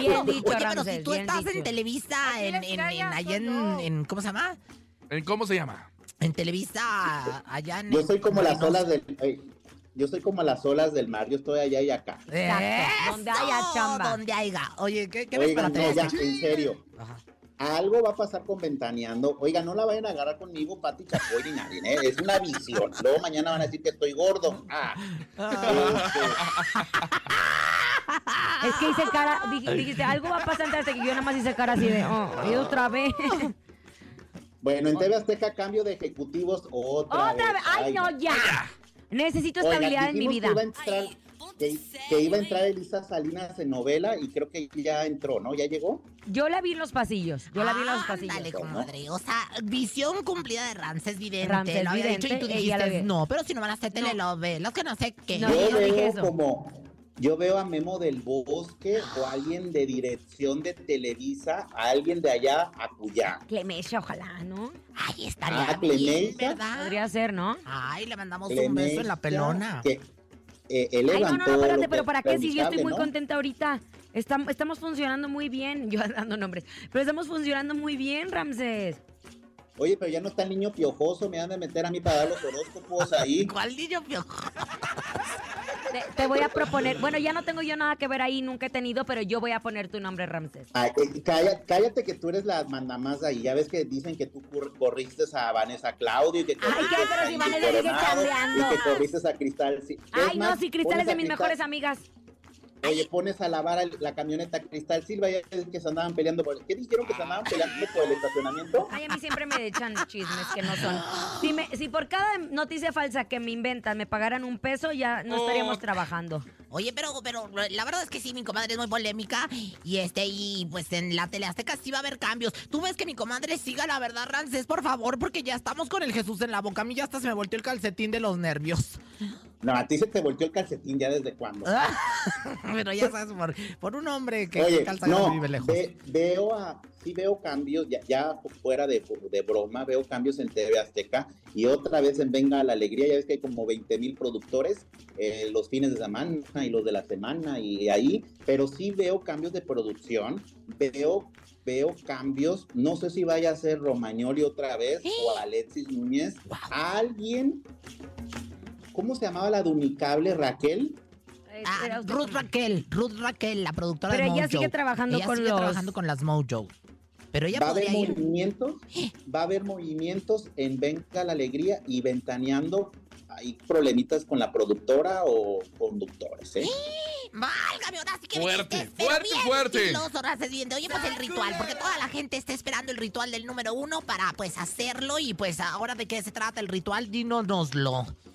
S6: Bien dicho,
S3: Oye, pero
S6: Ramsés,
S3: si tú
S6: bien
S3: estás
S6: dicho.
S3: en Televisa, en, en, en- allá en, en- ¿cómo se llama?
S4: ¿En Eh, ¿Cómo se llama?
S3: En Televisa, allá en...
S10: Yo soy como las
S3: Morelos.
S10: olas del. ey, yo soy como las olas del mar. Yo estoy allá y acá.
S6: Exacto, donde
S3: ¡Eso!
S6: haya chamba.
S3: Donde haya. Oye, ¿qué, qué ves para
S10: Oigan, no,
S3: TV
S10: ya,
S3: Azteca?
S10: en serio.
S3: Ajá.
S10: Algo va a pasar con Ventaneando. Oiga, no la vayan a agarrar conmigo, Pati Chapoy ni nadie, ¿eh? Es una visión. Luego mañana van a decir que estoy gordo. Ah, este,
S6: Es que hice
S10: (laughs)
S6: cara, dij- dijiste, algo va a pasar antes de que yo nada más hice cara así de, oh, y otra vez.
S10: (laughs) Bueno, en TV Azteca, cambio de ejecutivos otra,
S6: Otra vez, ay no, ya. Necesito
S10: Oigan,
S6: estabilidad en mi
S10: dijimos
S6: vida.
S10: Que iba, a entrar, que, que iba a entrar Elisa Salinas en novela y creo que ya entró, ¿no? ¿Ya llegó?
S6: Yo la vi en los pasillos, yo la vi en los pasillos.
S3: Dale,
S10: ¿no?
S3: comadre. O sea, visión cumplida de Ramses Vidente.
S6: Ramses
S3: lo había dicho y
S6: Vidente,
S3: tú
S6: ella lo
S3: dijiste,
S6: ve.
S3: no, pero si no van a hacer telenovelas, que no sé qué.
S6: No,
S10: yo
S6: yo no dije
S10: veo
S6: eso.
S10: como. Yo veo a Memo del Bosque o alguien de dirección de Televisa, a alguien de allá a Cuyá.
S6: Clemesia, ojalá, ¿no?
S3: Ahí estaría
S10: Ah,
S3: bien,
S10: Clemencia.
S3: ¿verdad?
S6: Podría
S10: Ah.
S6: ser, ¿no?
S3: Ay, le mandamos un
S10: Clemencia,
S3: beso en la pelona.
S10: Que, eh, él
S6: Ay, no, no,
S10: levantó
S6: no,
S10: lo
S6: espérate,
S10: que
S6: pero ¿para qué? Si yo estoy
S10: permisible,
S6: muy
S10: ¿no?
S6: contenta ahorita. Estam- estamos funcionando muy bien. (laughs) Yo dando nombres. Pero estamos funcionando muy bien, Ramses.
S10: Oye, pero ya no está el niño piojoso, me han de meter a mí para dar los horóscopos ahí.
S3: ¿Cuál niño piojo?
S6: Te, te voy a proponer. Bueno, ya no tengo yo nada que ver ahí, nunca he tenido, pero yo voy a poner tu nombre, Ramses.
S10: Ay, eh, cállate, cállate que tú eres la mandamás ahí. Ya ves que dicen que tú cor- corriste a Vanessa Claudio y que corriste
S6: ¿qué? Pero
S10: a
S6: si
S10: Angie
S6: Vanessa sigue
S10: Coronado
S6: chambeando.
S10: Y que corriste a Cristal. Sí. Es
S6: Ay, no,
S10: más,
S6: sí, Cristal
S10: pones
S6: es de
S10: a
S6: mis
S10: Cristal-
S6: mejores amigas.
S10: Oye, pones a lavar el- la camioneta Cristal Silva y que se andaban peleando por... ¿Qué dijeron que se andaban peleando por el estacionamiento?
S6: Ay, a mí siempre me echan chismes que no son. Si, me- si por cada noticia falsa que me inventan me pagaran un peso, ya no estaríamos
S4: Oh.
S6: trabajando.
S3: Oye, pero, pero la verdad es que sí, mi comadre es muy polémica. Y este, y pues en la teleazteca sí va a haber cambios. Tú ves que mi comadre siga la verdad, Rancés, por favor, porque ya estamos con el Jesús en la boca. A mí ya hasta se me volteó el calcetín de los nervios.
S10: No, a ti se te volteó el calcetín ya desde cuando.
S3: Ah, (laughs) Pero ya sabes, por, por un hombre que
S10: Oye,
S3: calza grande
S10: no,
S3: vive lejos.
S10: ve- veo a, sí veo cambios, ya, ya fuera de, de broma, veo cambios en TV Azteca y otra vez en Venga la Alegría, ya ves que hay como 20 mil productores eh, los fines de semana y los de la semana y ahí, pero sí veo cambios de producción, veo, veo cambios, no sé si vaya a ser Romagnoli otra vez
S3: ¡Eh!
S10: o Alexis Núñez, alguien, ¿cómo se llamaba la de Unicable Raquel?
S3: Ah,
S6: Espera, usted-
S3: Ruth Raquel, Ruth Raquel, la productora
S6: Este, Pero
S3: de Mojo.
S6: ella sigue trabajando
S3: Ella
S6: con
S3: sigue
S6: los-
S3: trabajando con las Mojo. Pero ella
S10: va a haber
S3: podría ir.
S10: movimientos, va a haber movimientos en Venga la Alegría y ventaneando. Hay problemitas con la productora o conductores, ¿eh?
S3: ¡Válgame, ahora sí que
S4: Fuerte,
S3: viniste, pero
S4: fuerte,
S3: bien
S4: fuerte.
S3: estiloso, ahora se bien. Oye, pues el ritual, porque toda la gente está esperando el ritual del número uno para, pues, hacerlo. Y, pues, ahora de qué se trata el ritual, dínoslo. (laughs)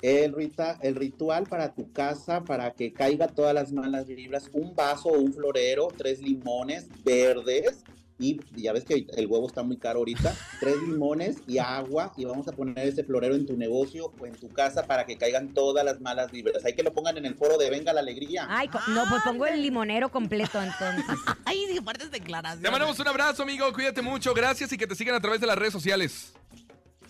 S10: El, rita- el ritual para tu casa, para que caiga todas las malas vibras, un vaso o un florero, tres limones verdes, y ya ves que el huevo está muy caro ahorita, tres limones y agua, y vamos a poner ese florero en tu negocio o en tu casa para que caigan todas las malas vibras. Hay que lo pongan en el foro de Venga la Alegría.
S6: Ay, co- no, pues pongo el limonero
S3: (laughs)
S6: completo entonces.
S3: Ay, sí, fuertes declaraciones.
S4: Te mandamos un abrazo, amigo. Cuídate mucho. Gracias y que te sigan a través de las redes sociales.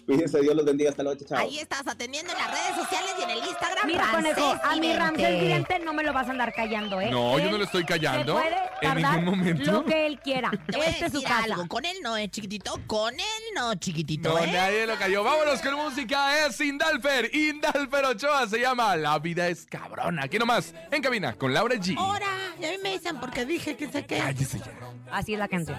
S10: Cuídense, Dios los bendiga, hasta luego, chao.
S3: Ahí estás atendiendo en las redes sociales y en el Instagram.
S6: Mira,
S3: Ramsés
S6: conejo, a mi
S3: Vidente.
S6: Ramsés Vidente no me lo vas a andar callando, ¿eh?
S4: No, yo
S6: Él
S4: no lo estoy
S6: se
S4: callando.
S6: puede
S4: En
S6: tardar
S4: ningún momento.
S6: Lo que él
S3: (laughs)
S6: quiera.
S3: Te voy a
S6: Este es su
S3: decir
S6: casa.
S3: algo. Con él no, eh, chiquitito. Con él no, chiquitito,
S4: No,
S3: ¿eh?
S4: nadie lo cayó. Vámonos con música. Es Indalfer. Indalfer Ochoa se llama La vida es cabrona. Aquí nomás, en cabina, con Laura G.
S3: Ahora, ya me dicen porque dije que sé qué.
S4: Cállese ya.
S6: Así es la canción.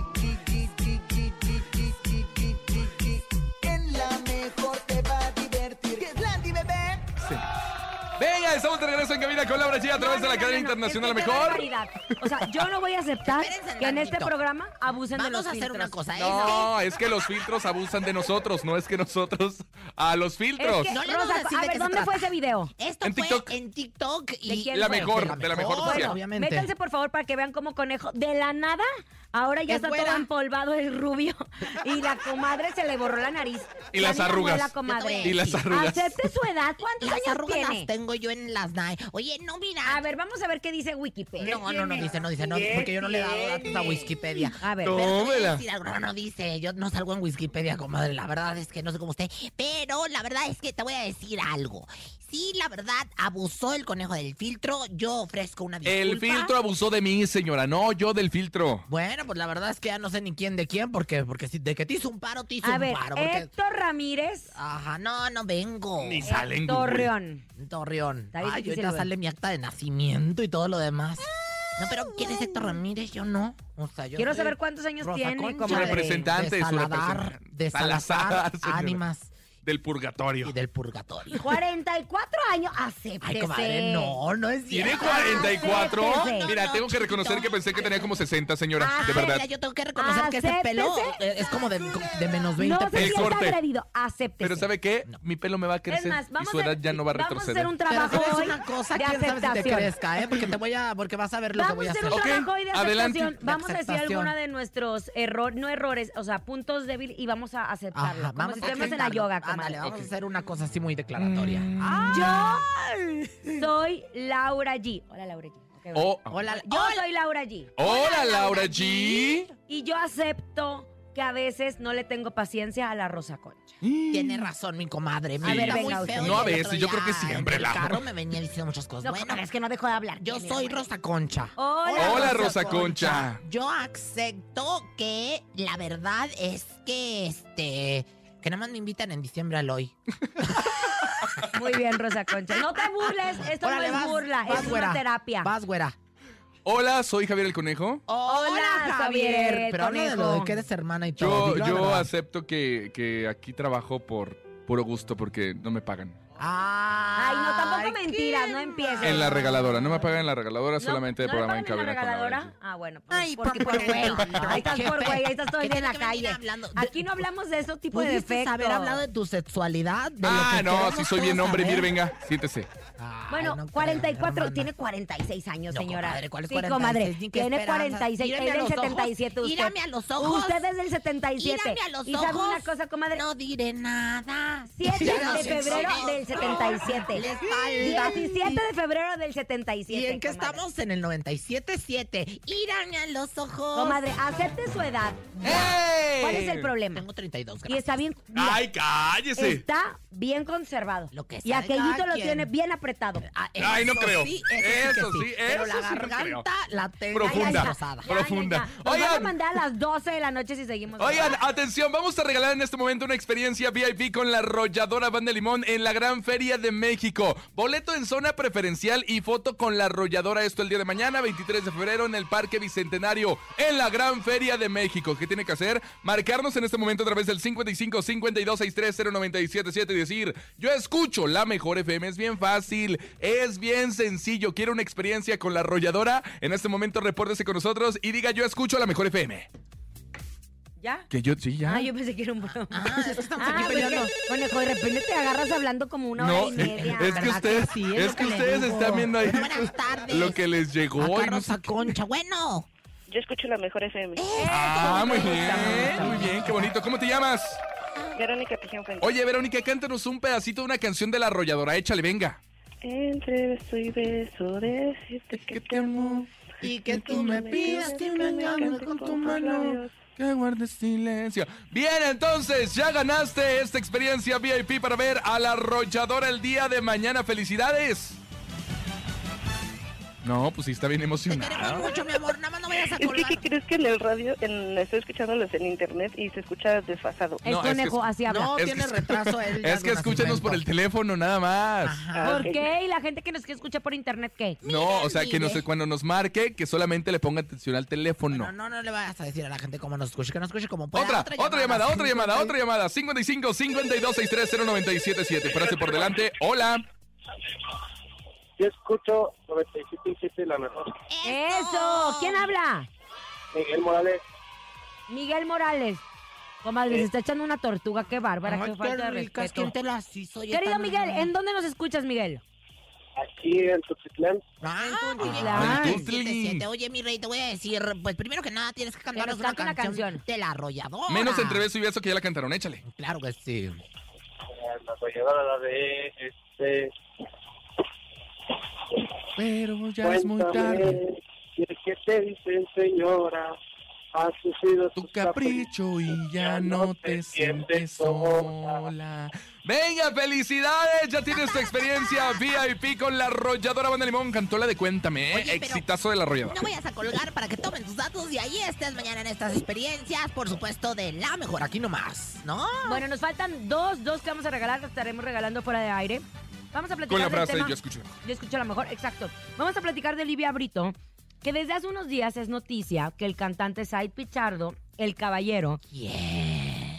S1: G, G, G, G, G, G, G, G, G, G. En la mejor te va a divertir. Que es Landy, bebé.
S4: Venga, estamos de regreso en cabina con Laura G a través de
S6: No, no,
S4: la
S6: no,
S4: cadena
S6: no, no.
S4: internacional
S6: Este Es que qué
S4: mejor.
S6: barbaridad. O sea, yo no voy a aceptar
S3: Espérense
S6: que en este
S3: tantito.
S6: programa abusen de los
S3: Vamos a hacer
S6: filtros.
S3: una cosa, ¿eh?
S4: No, es que los filtros abusan de nosotros, no es que nosotros a los filtros.
S6: Es que,
S3: No le vamos a
S6: Rosa,
S3: decir
S6: a
S3: de
S6: ver,
S3: qué se
S6: ¿dónde fue
S3: trata.
S6: ese video?
S3: Esto
S4: En
S3: fue
S4: TikTok.
S3: en TikTok y...
S6: ¿De quién
S4: La
S6: fue?
S4: mejor, de la mejor oficial.
S3: obviamente.
S6: Métanse, por favor, para que vean cómo conejo de la nada. Ahora ya
S3: Es
S6: está todo
S3: güera.
S6: empolvado el rubio. (laughs) Y la comadre se le borró la nariz.
S4: Y las
S6: niña
S4: arrugas.
S6: muela,
S3: Yo te
S6: comadre.
S3: voy a
S4: Y las
S3: decir.
S4: arrugas.
S6: Acepte su edad. ¿Cuántos
S3: Las
S6: años
S3: arrugas
S6: tiene?
S3: las tengo yo en las nai. Oye, no, mira.
S6: A ver, vamos a ver qué dice Wikipedia.
S3: No, no, no dice, no dice, no, porque yo no le he dado datos a Wikipedia.
S6: A ver.
S3: Pero te voy a
S4: Tómela.
S3: decir algo, No, no dice, yo no salgo en Wikipedia, comadre, la verdad es que no sé cómo usted, pero la verdad es que te voy a decir algo. Sí, la verdad, abusó el conejo del filtro, yo ofrezco una disculpa.
S4: El filtro abusó de mí, señora, no yo del filtro.
S3: Bueno, pues la verdad es que ya no sé ni quién de quién, porque, porque si de que te hizo un paro, te hizo
S6: A
S3: un
S6: ver, eh.
S3: paro. Porque...
S6: Héctor Ramírez
S4: Ah,
S3: Ajá, no, no vengo.
S4: Ni sale en Google.
S6: Eh, Torreón.
S3: Torreón.
S6: Está bien
S3: Ay,
S6: difícil,
S3: ahorita
S6: güey.
S3: sale mi acta de nacimiento y todo lo demás. No, pero ¿quién es Héctor Ramírez? Yo no. O sea, yo
S6: Quiero
S3: soy
S6: saber cuántos años
S3: Rosa
S6: tiene,
S3: Concha.
S4: Su
S6: comadre.
S4: representante,
S3: de
S4: su
S3: Salazar,
S4: representante.
S3: de Salazar,
S4: señora.
S3: ánimas
S4: Del purgatorio.
S3: y del purgatorio.
S6: 44 años, acéptese.
S3: Ay, comadre, no, no es
S6: Ah,
S4: ¿Tiene
S3: cierto.
S4: 44?
S6: no,
S4: Mira,
S3: no,
S4: tengo que reconocer
S3: chiquito.
S4: que pensé que tenía como 60, señora,
S6: Ah,
S4: de
S3: Ay,
S4: verdad.
S3: mira, yo tengo que reconocer que ese
S6: Acéptese.
S3: pelo eh, es como de, de menos 20
S6: No se
S4: El
S3: pesos.
S6: sienta
S4: corte.
S6: agredido, acéptese.
S4: Pero ¿sabe qué?
S3: No.
S4: Mi pelo me va a
S6: Es
S4: crecer
S6: más,
S4: y
S6: vamos
S4: su
S6: a,
S4: edad ya no va a
S6: vamos a
S4: retroceder.
S6: hacer un
S3: Pero
S6: trabajo
S3: ¿sabes
S6: hoy
S3: una cosa,
S6: de
S3: quién sabe si te
S6: aceptación.
S3: crezca, ¿eh? Porque te voy a, porque vas a ver lo que
S6: Vamos
S3: voy
S6: a
S3: a
S6: hacer
S3: hacer.
S6: un
S4: Ok,
S6: trabajo hoy de
S4: adelante.
S6: aceptación. Vamos a decir
S3: Aceptación.
S6: alguno de nuestros errores, no errores, o sea, puntos débiles y vamos a aceptarlo.
S3: Ajá,
S6: como si estuviéramos en la
S3: aceptarlo.
S6: yoga,
S3: Ándale,
S6: comadre. Mm.
S3: vamos a hacer una cosa así muy
S4: Mm.
S3: declaratoria.
S6: Yo soy Laura G. Hola, Laura G. Ok, bueno.
S4: Oh,
S3: Hola,
S6: Yo
S3: hola.
S6: soy Laura G.
S4: hola, Laura G.
S6: Y yo acepto que a veces no le tengo paciencia a la Rosa Concha.
S3: Tiene razón, mi comadre.
S4: Sí.
S3: Me venga,
S6: Venga,
S3: muy
S6: usted.
S3: feo.
S4: No a
S3: y el
S4: veces,
S3: otro
S4: yo creo que
S3: día
S4: siempre,
S3: En el
S4: Laura.
S3: carro me venía diciendo muchas cosas.
S6: No,
S3: Pues bueno,
S6: comadre, es que no dejo de hablar.
S3: yo
S6: Mira,
S3: soy
S6: bueno.
S3: Rosa Concha.
S6: Hola,
S4: Hola, Rosa Concha.
S3: Yo acepto que la verdad es que este. Que nada más me invitan en diciembre al hoy.
S6: Muy bien, Rosa Concha. No te burles, esto
S3: Órale,
S6: no es
S3: vas,
S6: burla,
S3: vas,
S6: es
S3: güera.
S6: una terapia.
S3: Vas, güera.
S4: Hola, soy Javier el Conejo.
S6: Hola, Javier,
S3: Pero habla de lo
S6: conejo.
S3: de que eres hermana y todo.
S4: Yo,
S3: di la
S4: yo
S3: verdad.
S4: acepto que, que aquí trabajo por puro gusto porque no me pagan.
S3: Ay,
S6: Ay, no, tampoco Tampoco mentiras, no empieces.
S4: En la regaladora, no me pagan en la regaladora,
S6: Ah. No,
S4: solamente de
S6: ¿no le
S4: programa en
S6: pagan
S4: cabina.
S6: la
S4: con Laura
S6: regaladora?
S4: G.
S6: Ah, bueno. Pues,
S3: Ay,
S6: porque
S3: por
S6: por güey.
S3: favor.
S6: Ahí estás
S3: Ay,
S6: por
S3: jefe.
S6: güey, ahí estás todo
S3: ¿Qué
S6: el día en
S3: tiene
S6: la
S3: que venir
S6: calle.
S3: hablando? De-
S6: Aquí no hablamos de ese tipo de
S3: Pudiste
S6: defectos.
S3: haber hablado de tu sexualidad. de lo
S4: Ah,
S3: que
S4: no,
S3: queremos
S4: si soy
S3: todos
S4: bien hombre,
S3: saber.
S4: mire, venga, siéntese.
S3: Ay,
S6: Bueno,
S3: no creo,
S6: 44,
S3: hermana.
S6: tiene 46 años,
S3: No,
S6: señora.
S3: comadre, ¿cuál es
S6: Sí,
S3: 46?
S6: comadre,
S3: Ni qué
S6: tiene
S3: esperanzas.
S6: 46,
S3: Mírame
S6: es
S3: a
S6: del
S3: los ojos,
S6: 77 usted.
S3: mírame a los ojos.
S6: Usted es del 77.
S3: Mírame a los
S6: ¿Y sabe una
S3: ojos.
S6: cosa, comadre?
S3: No diré nada.
S6: 7
S3: Pero
S6: de
S3: sí,
S6: febrero
S3: sí,
S6: del
S3: no.
S6: 77.
S3: La espalda.
S6: 17 de febrero del 77.
S3: ¿Y en qué
S6: comadre.
S3: estamos? En el 97.7. Mírame a los ojos.
S6: Comadre, acepte su edad. ¿Cuál es el Este, problema?
S3: Eh, Tengo 32
S6: Y
S3: gracias.
S6: está bien. mira,
S4: ¡Ay, cállese!
S6: Está bien conservado.
S3: Lo que
S6: y
S3: sabe
S6: aquellito
S3: cada
S6: lo
S3: quien.
S6: tiene bien apretado.
S3: Ah,
S4: Ay, no
S3: eso
S4: creo.
S3: Sí, eso,
S4: Eso
S3: sí, que
S4: sí,
S3: sí. Pero la
S4: eso sí no creo.
S3: garganta la tengo
S4: Profunda.
S3: destrozada.
S4: Ya, profunda.
S6: Nos van a
S4: Oigan.
S6: mandar a las 12 de la noche si seguimos.
S4: Oigan, atención, vamos a regalar en este momento una experiencia VIP con la arrolladora Van de Limón en la Gran Feria de México. Boleto en zona preferencial y foto con la arrolladora. Esto el día de mañana, 23 de febrero, en el Parque Bicentenario, en la Gran Feria de México. ¿Qué tiene que hacer? Marcarnos en este momento a través del 55 52 63 0977 y decir, yo escucho la mejor FM. Es bien fácil, es bien sencillo. Quiero una experiencia con la arrolladora. En este momento, repórtese con nosotros y diga, yo escucho la mejor FM.
S6: ¿Ya?
S4: Que yo sí, ya.
S6: Ah, yo pensé que era un broma.
S3: Ah, es que estamos
S6: Ah,
S3: aquí peleando.
S6: bueno, Conejo, de repente te agarras hablando como una hora y media.
S4: es que
S3: ¿verdad
S4: ustedes,
S3: que sí? Es
S4: es
S3: lo
S4: que
S3: que le
S4: ustedes
S3: digo.
S4: están viendo ahí
S3: Bueno, buenas tardes.
S4: lo que les llegó.
S3: Acá
S4: y no sé
S3: Rosa
S4: qué.
S3: Concha, bueno.
S11: Yo escucho la mejor FM.
S4: Ah, muy bien, muy bien, qué bonito. ¿Cómo te llamas?
S11: Verónica Pijón Fuentes.
S4: Oye, Verónica, cántanos un pedacito de una canción de la arrolladora. Échale, venga.
S11: Entre beso y beso, decirte que te amo.
S3: Y
S11: que tú me pidas que me cante con tus labios.
S4: Que guardes silencio. Bien, entonces, ya ganaste esta experiencia VIP para ver a la arrolladora el día de mañana. ¡Felicidades! No, pues sí, está bien
S3: Te queremos
S4: emocionado.
S3: mucho, mi amor. Nada más no vayas a
S11: Es que,
S3: colgar.
S6: (laughs)
S11: ¿qué crees que en el radio, en, estoy escuchándolos en internet y se escucha desfasado?
S6: El
S4: No, es que
S6: conejo
S4: es-
S6: así habla.
S3: No,
S4: Es que-
S3: tiene
S4: (laughs)
S3: retraso él. ya
S4: Es que
S3: con
S4: escúchanos
S3: nacimiento.
S4: por el teléfono, nada más.
S11: Ah,
S6: ¿Por
S11: ok.
S6: qué? ¿Y la gente que nos quiere escuchar por internet qué?
S4: No, o sea, que nos,
S3: mire.
S4: cuando nos marque, que solamente le ponga atención al teléfono.
S3: Bueno, no, pues, no le vayas a decir a la gente cómo nos escuche, que nos escuche como pueda.
S4: Otra, otra llamada, otra llamada, otra llamada. 55 52 63 0977. Frase por delante. Hola.
S12: Yo escucho 97.7 la mejor.
S6: ¡Eso! ¿Quién habla?
S12: Miguel Morales,
S6: Miguel Morales. Comadre, se está echando una tortuga. Qué bárbara,
S3: Ay,
S6: qué falta de
S3: qué ricas,
S6: respeto.
S3: ¿quién te las hizo? Oye,
S6: Querido
S3: tan
S6: Miguel,
S3: hermoso.
S6: ¿en dónde nos escuchas, Miguel?
S12: aquí en eh, Tuxitlán.
S3: Ah, muy bien.
S6: Ah,
S3: Oye,
S4: en Tuxtla.
S3: siete, siete. Oye, mi rey, te voy a decir, pues primero que nada tienes que cantarnos
S6: nos
S3: una
S6: cante una
S3: canción,
S6: canción.
S3: de la arrolladora.
S4: Menos entre beso y beso que ya la cantaron. Échale.
S3: Claro que sí.
S12: eh, La arrolladora la de este.
S4: Pero
S12: Cuéntame, si es que te dicen señora, has sufrido tus
S4: y
S12: ya no te sientes sola.
S4: Venga, felicidades. Ya tienes
S3: (laughs)
S4: tu experiencia VIP con la arrolladora Banda Limón. Cantó la de Cuéntame. ¿eh?
S3: Oye, pero-
S4: Exitazo de la arrolladora.
S3: No vayas a colgar para que tomen tus datos y ahí estés mañana en estas experiencias, por supuesto, de la mejor. Aquí nomás, ¿no?
S6: Bueno, nos faltan dos, dos que vamos a regalar, que estaremos regalando fuera de aire. Vamos a
S4: (laughs)
S6: platicar
S4: Con la
S6: del
S4: frase,
S6: tema-
S4: yo escucho.
S6: Yo escucho la mejor, exacto. Vamos a platicar de Olivia Brito, que desde hace unos días es noticia que el cantante Said Pichardo, el caballero,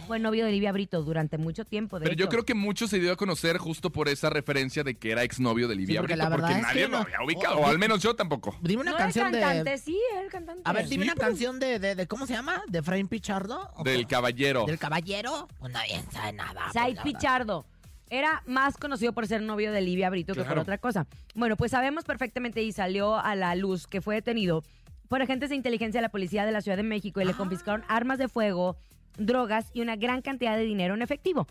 S6: fue novio de Olivia Brito durante mucho tiempo. De
S4: Pero yo
S6: hecho.
S4: creo que mucho se dio a conocer justo por esa referencia de que era exnovio de Livia
S3: Sí, porque
S4: Brito,
S3: la
S4: porque,
S3: verdad es
S4: nadie
S3: que
S4: lo
S3: no-
S4: había ubicado,
S3: Oh,
S4: o al menos yo tampoco.
S3: Dime una
S6: no
S3: canción
S6: el cantante,
S3: de.
S6: sí, el cantante.
S3: A ver,
S4: Sí,
S3: dime una
S4: pero-
S3: canción de, de, de- ¿Cómo se llama? ¿De Frame Pichardo? ¿O
S4: Del
S3: cómo?
S4: caballero.
S3: ¿Del caballero? Pues nadie sabe nada. pues,
S6: Said
S3: la verdad.
S6: Pichardo. Era más conocido por ser novio de Livia Brito que por
S4: Claro.
S6: otra cosa. Bueno, pues sabemos perfectamente y salió a la luz que fue detenido por agentes de inteligencia de la policía de la Ciudad de México
S3: Ah.
S6: y le confiscaron armas de fuego, drogas y una gran cantidad de dinero en efectivo.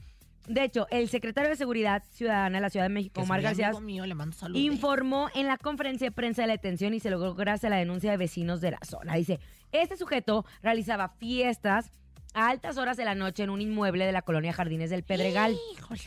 S6: De hecho, el secretario de Seguridad Ciudadana de la Ciudad de
S3: Que
S6: México,
S3: es
S6: Omar
S3: muy
S6: García,
S3: amigo mío, le mando saludos.
S6: informó en la conferencia de prensa de la detención y se logró gracias a la denuncia de vecinos de la zona. Dice, este sujeto realizaba fiestas a altas horas de la noche en un inmueble de la colonia Jardines del Pedregal.
S3: Híjole.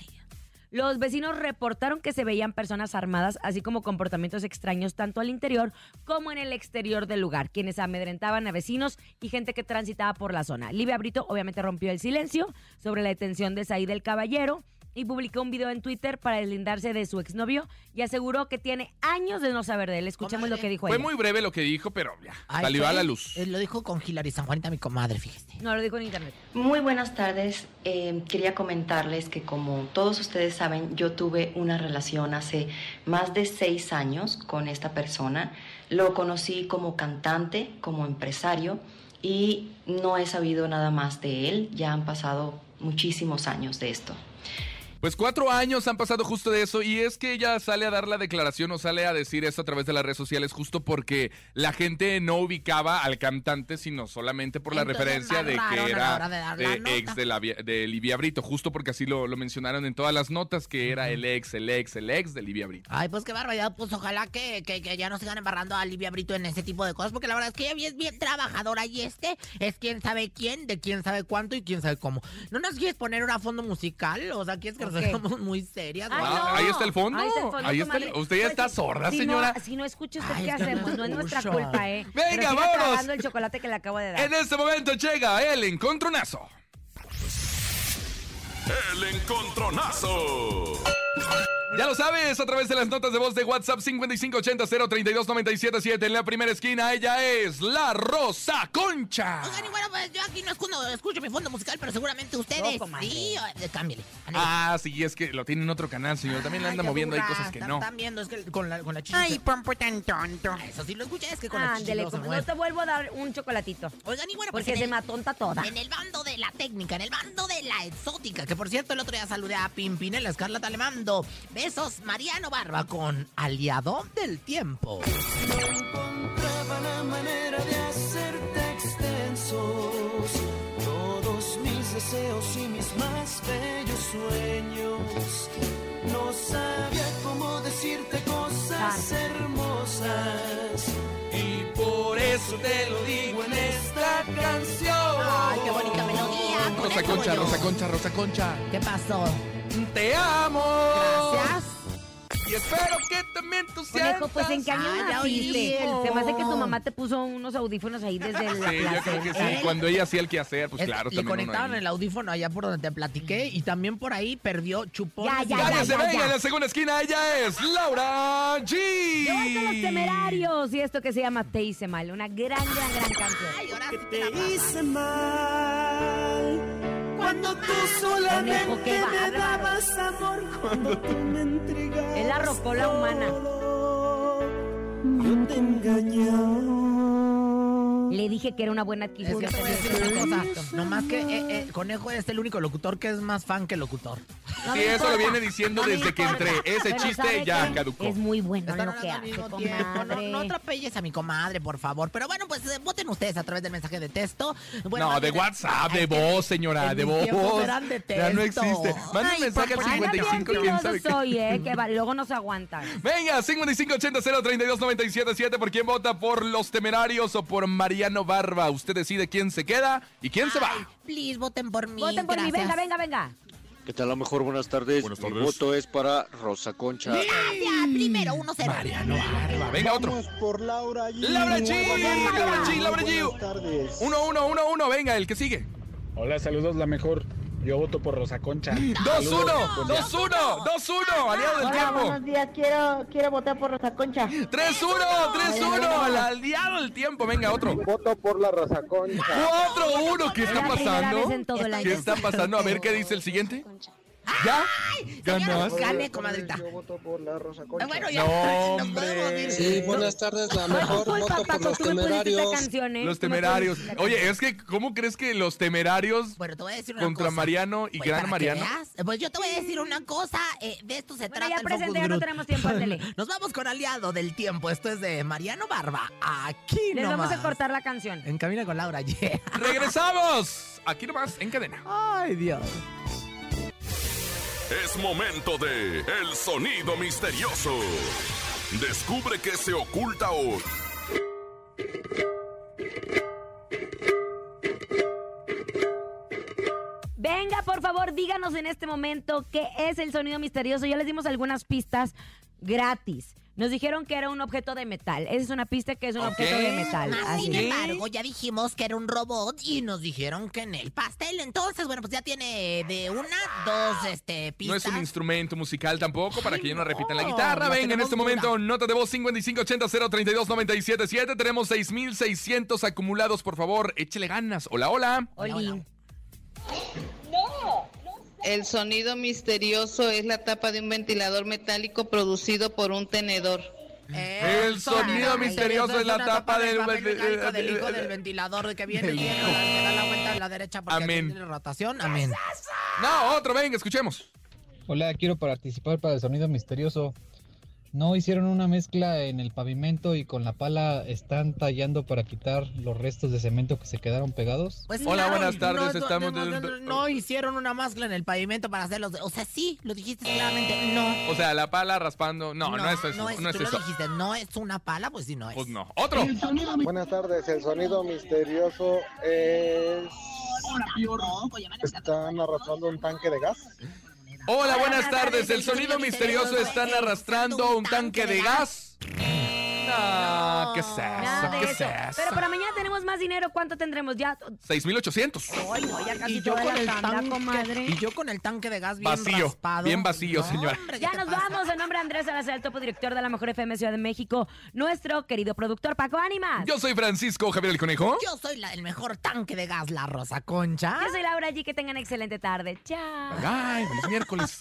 S6: Los vecinos reportaron que se veían personas armadas, así como comportamientos extraños tanto al interior como en el exterior del lugar, quienes amedrentaban a vecinos y gente que transitaba por la zona. Livia Brito obviamente rompió el silencio sobre la detención de Said el Caballero. y publicó un video en Twitter para deslindarse de su exnovio y aseguró que tiene años de no saber de él. Escuchemos lo que dijo
S4: Fue
S6: ella.
S4: muy breve lo que dijo, pero ya,
S3: Ay,
S4: salió a
S3: fue-
S4: la luz.
S3: eh, Lo dijo con Hilary San Juanita, mi comadre, fíjese.
S6: No, lo dijo en internet.
S13: Muy buenas tardes. Eh, quería comentarles que como todos ustedes saben, yo tuve una relación hace más de seis años con esta persona. Lo conocí como cantante, como empresario y no he sabido nada más de él. Ya han pasado muchísimos años de esto.
S4: Pues cuatro años han pasado justo de eso y es que ella sale a dar la declaración o sale a decir eso a través de las redes sociales justo porque la gente no ubicaba al cantante sino solamente por la
S3: Entonces,
S4: referencia de
S3: narraron a
S4: que
S3: la hora
S4: era
S3: de dar
S4: de
S3: la nota.
S4: ex de, la, Bia- de Livia Brito, justo porque así lo, lo mencionaron en todas las notas que era el ex, el ex, el ex de Livia Brito.
S3: Ay, pues qué barbaridad, pues ojalá que, que- que ya no sigan embarrando a Livia Brito en ese tipo de cosas, porque la verdad es que ella es bien trabajadora y este es quién sabe quién, de quién sabe cuánto y quién sabe cómo. ¿No nos quieres poner una fondo musical? O sea, ¿quieres que nos
S6: Ok.
S3: hagamos muy serias?
S6: Ay,
S3: güey?
S4: Ah, Ahí está el fondo.
S6: Ahí está el fondo,
S4: Ahí está el-
S6: comadre.
S4: Usted ya
S6: Pues,
S4: está sorda,
S6: si
S4: señora.
S6: No, si no escucha usted,
S3: Ay,
S6: ¿qué
S3: es que no
S6: hacemos? No es nuestra
S3: escucho.
S6: culpa, ¿eh?
S4: Venga,
S6: Pero siga
S4: vámonos.
S6: tragando el chocolate que le acabo de dar.
S4: En este momento llega el encontronazo.
S5: El encontronazo.
S4: Ya lo sabes, a través de las notas de voz de WhatsApp 5580032977 en la primera esquina, ella es la Rosa Concha.
S3: Oigan, y bueno, pues yo aquí no escucho, escucho mi fondo musical, pero seguramente ustedes sí. o- eh, Cámbiale. Ándale.
S4: Ah, sí, es que lo tiene en otro canal, señor. También le anda
S3: Ay, qué
S4: moviendo ahí
S3: burra.
S4: cosas que
S3: Están-
S4: no.
S3: Están viendo, es que con la, con la chichi se-
S6: pompo tan tonto.
S3: Eso sí lo escuché, es que con la chichi
S6: Ándele,
S3: luego se
S6: como
S3: mueve.
S6: no te vuelvo a dar un chocolatito.
S3: Oigan, y bueno, pues
S6: Porque
S3: en
S6: es de
S3: el-
S6: matonta toda.
S3: En el bando de la técnica, en el bando de la exótica, que por cierto el otro día saludé a Pimpinela Escarlata, le mando besos Mariano Barba con Aliado del Tiempo.
S14: encontraba la manera de hacerte extensos todos mis deseos y mis más bellos sueños. No sabía cómo decirte cosas hermosas y por eso te lo digo en esta canción.
S3: Ay, qué bonita melodía. con
S4: Rosa
S3: eso voy
S4: Concha,
S3: yo.
S4: Rosa Concha, Rosa Concha.
S3: ¿Qué pasó?
S4: Te amo.
S3: Gracias.
S4: Y espero que también tú seas.
S6: Conejo, pues ¿en qué año
S3: Ay, ya
S6: naciste?
S3: oí.
S6: Se me hace que tu mamá te puso unos audífonos ahí desde el
S4: Sí, yo creo que sí.
S6: ¿Eh?
S3: Él-
S4: Cuando ella hacía el quehacer, pues
S3: Es-
S4: claro,
S3: le
S4: también uno
S3: conectaban
S4: ahí.
S3: el audífono allá por donde te platiqué y también por ahí perdió chupón.
S6: Ya, ya,
S4: Ya,
S6: ya,
S4: que se
S6: ya,
S4: venga
S6: ya.
S4: en la segunda esquina, ella es Laura
S6: Llévate los
S4: G.
S6: temerarios y esto que se llama Te hice mal, una gran, gran, gran canción.
S3: Ay, ahora sí te
S14: Te
S3: la
S14: hice mal cuando tú solamente
S6: Conejo, qué
S14: me
S6: bárbaro.
S14: dabas amor, cuando tú me entregabas.
S6: Es la rocola humana.
S14: todo. Yo te engañaba.
S6: Le dije que era una buena
S3: Es
S6: adquisición.
S3: que te voy a decir una cosa. No más que eh, eh, Conejo es el único locutor que es más fan que locutor.
S4: Sí, eso lo viene diciendo
S3: No me
S4: desde que
S3: importa.
S4: entré. Ese
S6: Pero ¿sabe
S4: chiste ya
S6: qué?
S4: caducó.
S6: Es muy bueno en
S3: Están
S6: lo que
S3: hablando al
S6: hace,
S3: mismo tiempo. No,
S6: comadre.
S3: no atropelles a mi comadre, por favor. Pero bueno, pues eh, voten ustedes a través del mensaje de texto. Bueno,
S4: no,
S3: más
S4: de
S3: bien,
S4: WhatsApp,
S3: ay,
S4: de voz, señora,
S3: en
S4: de
S3: mis
S4: voz.
S3: tiempos eran de
S4: Ya no
S3: texto.
S4: existe. Manda
S3: Ay,
S4: un mensaje al
S3: por favor.
S6: Ay, no,
S4: 55,
S6: qué
S4: quién
S6: mentiroso
S4: sabe qué.
S6: soy, eh, que va- luego
S3: (laughs)
S6: nos aguantan.
S4: Venga, 5580032977, ¿por quién vota? ¿Por los temerarios o por Mariano Barba? Usted decide quién se queda y quién se va.
S3: Please, voten por mí.
S6: Voten por mí,
S3: gracias.
S6: venga, venga, venga.
S15: ¿Qué tal? A lo mejor, buenas tardes.
S5: Buenas
S15: Mi
S5: tardes.
S15: voto es para Rosa Concha.
S3: Gracias, primero 1-0.
S4: Mariano Barba. Venga, otro.
S12: por Laura G.
S4: Laura G, Laura G, Laura
S12: Buenas
S4: G.
S12: tardes.
S4: Uno, uno, uno, uno. Venga, el que sigue.
S16: Hola, saludos, la mejor. Yo voto por Rosa Concha.
S4: Dos,
S16: Saludos.
S4: uno, dos, uno, dos, uno. Aliado del tiempo.
S13: días. Quiero, quiero votar por Rosa Concha.
S4: Tres, uno, tres, uno. Al aliado del tiempo. Venga, otro.
S15: Voto por la Rosa Concha.
S4: Cuatro, uno. ¿Qué
S6: Es
S4: está
S6: la primera
S4: pasando?
S6: vez en todo el año.
S4: ¿Qué está pasando? A ver, ¿qué dice el siguiente? ¿Ya?
S3: Señora,
S4: ¿Ganó?
S3: Gane, comadrita.
S15: voto por la Rosa
S3: Ah, Bueno, ya
S4: No,
S3: nos
S4: hombre.
S3: podemos ir.
S17: Sí, buenas tardes, la mejor
S6: Fue
S17: voto
S6: papá,
S17: por los
S6: tú me pusiste esta
S17: temerarios.
S6: canción, ¿eh?
S4: Los
S6: Tú me
S4: temerarios.
S6: pusiste esta
S4: Oye, es que, ¿cómo crees que los temerarios
S3: Bueno, te voy a decir una
S4: contra
S3: cosa.
S4: Mariano
S3: Pues,
S4: y
S3: para
S4: Gran
S3: que
S4: Mariano?
S3: veas. Pues yo te voy a decir una cosa. eh, de esto se
S6: Bueno,
S3: trata
S6: ya
S3: el Focus
S6: presenté, ya no
S3: Group.
S6: tenemos tiempo, ándele.
S3: (laughs) Nos vamos con Aliado del Tiempo. Esto es de Mariano Barba. Aquí
S6: Les
S3: nomás.
S6: vamos a cortar la canción.
S4: Eh.
S3: En camino con Laura G.
S4: ¡Regresamos! Aquí nomás, en cadena.
S3: Ay, Dios.
S5: Es momento de El sonido misterioso. Descubre qué se oculta hoy.
S6: Venga, por favor, díganos en este momento qué es el sonido misterioso. Ya les dimos algunas pistas gratis. Nos dijeron que era un objeto de metal. Esa es una pista que es un objeto de metal.
S3: Más sin
S6: Así es.
S3: embargo, ya dijimos que era un robot y nos dijeron que en el pastel. Entonces, bueno, pues ya tiene de una, dos, este,
S4: No es
S3: pistas. Oh,
S4: un instrumento musical tampoco, para que ya no repitan la
S3: no, la
S4: guitarra. Venga, en
S3: tenemos
S4: este
S3: dura.
S4: momento, nota de voz 5580032977. Tenemos 6600 acumulados, por favor, échele ganas. Hola, hola.
S6: Oli.
S3: Mm.
S18: El sonido misterioso es la tapa de un ventilador metálico producido por un tenedor.
S4: El sonido misterioso es la tapa del eh,
S3: del hijo del ventilador que viene
S4: Del-
S3: y que da la vuelta a la derecha porque aquí
S4: Amén.
S3: tiene rotación. Amén.
S4: No, otro, venga, escuchemos.
S19: Hola, quiero participar para el sonido misterioso. No hicieron una mezcla en el pavimento y con la pala están tallando para quitar los restos de cemento que se quedaron pegados.
S3: Pues
S4: Hola,
S3: claro,
S4: buenas tardes,
S3: no-
S4: estamos-
S3: No, no- no- no hicieron una máscara en el pavimento para hacerlos. O sea, sí, lo dijiste claramente. No.
S4: O sea, la pala raspando. No, no, es eso. No es,
S3: tú lo
S4: eso.
S3: dijiste, no es una pala, pues sí, no es.
S4: Pues no. Otro.
S15: Buenas tardes, el sonido misterioso es...
S4: pues
S15: Están arrastrando un tanque de gas.
S4: Hola, buenas tardes. El sonido misterioso están arrastrando un tanque de gas. No, ¿qué es eso?
S6: Nada de
S4: ¿Qué es
S6: eso. Pero
S4: eso?
S6: para mañana tenemos más dinero. ¿Cuánto tendremos? Ya.
S4: 6800.
S6: Ay, no, ya casi
S3: Y yo,
S6: toda
S3: con
S6: la
S3: el
S6: tanda,
S3: tanque,
S6: comadre.
S3: y yo con el tanque de gas bien
S4: Vacío.
S3: raspado.
S4: Bien vacío, señora.
S6: Ya nos vamos. En nombre de Andrés Salazar, el topo director de la Mejor FM Ciudad de México, nuestro querido productor Paco Ánimas.
S4: Yo soy Francisco Javier el Conejo.
S3: Yo soy la, el mejor tanque de gas, la Rosa Concha.
S6: Yo soy Laura G. Que tengan excelente tarde. Chao.
S4: Ay, feliz (laughs) miércoles.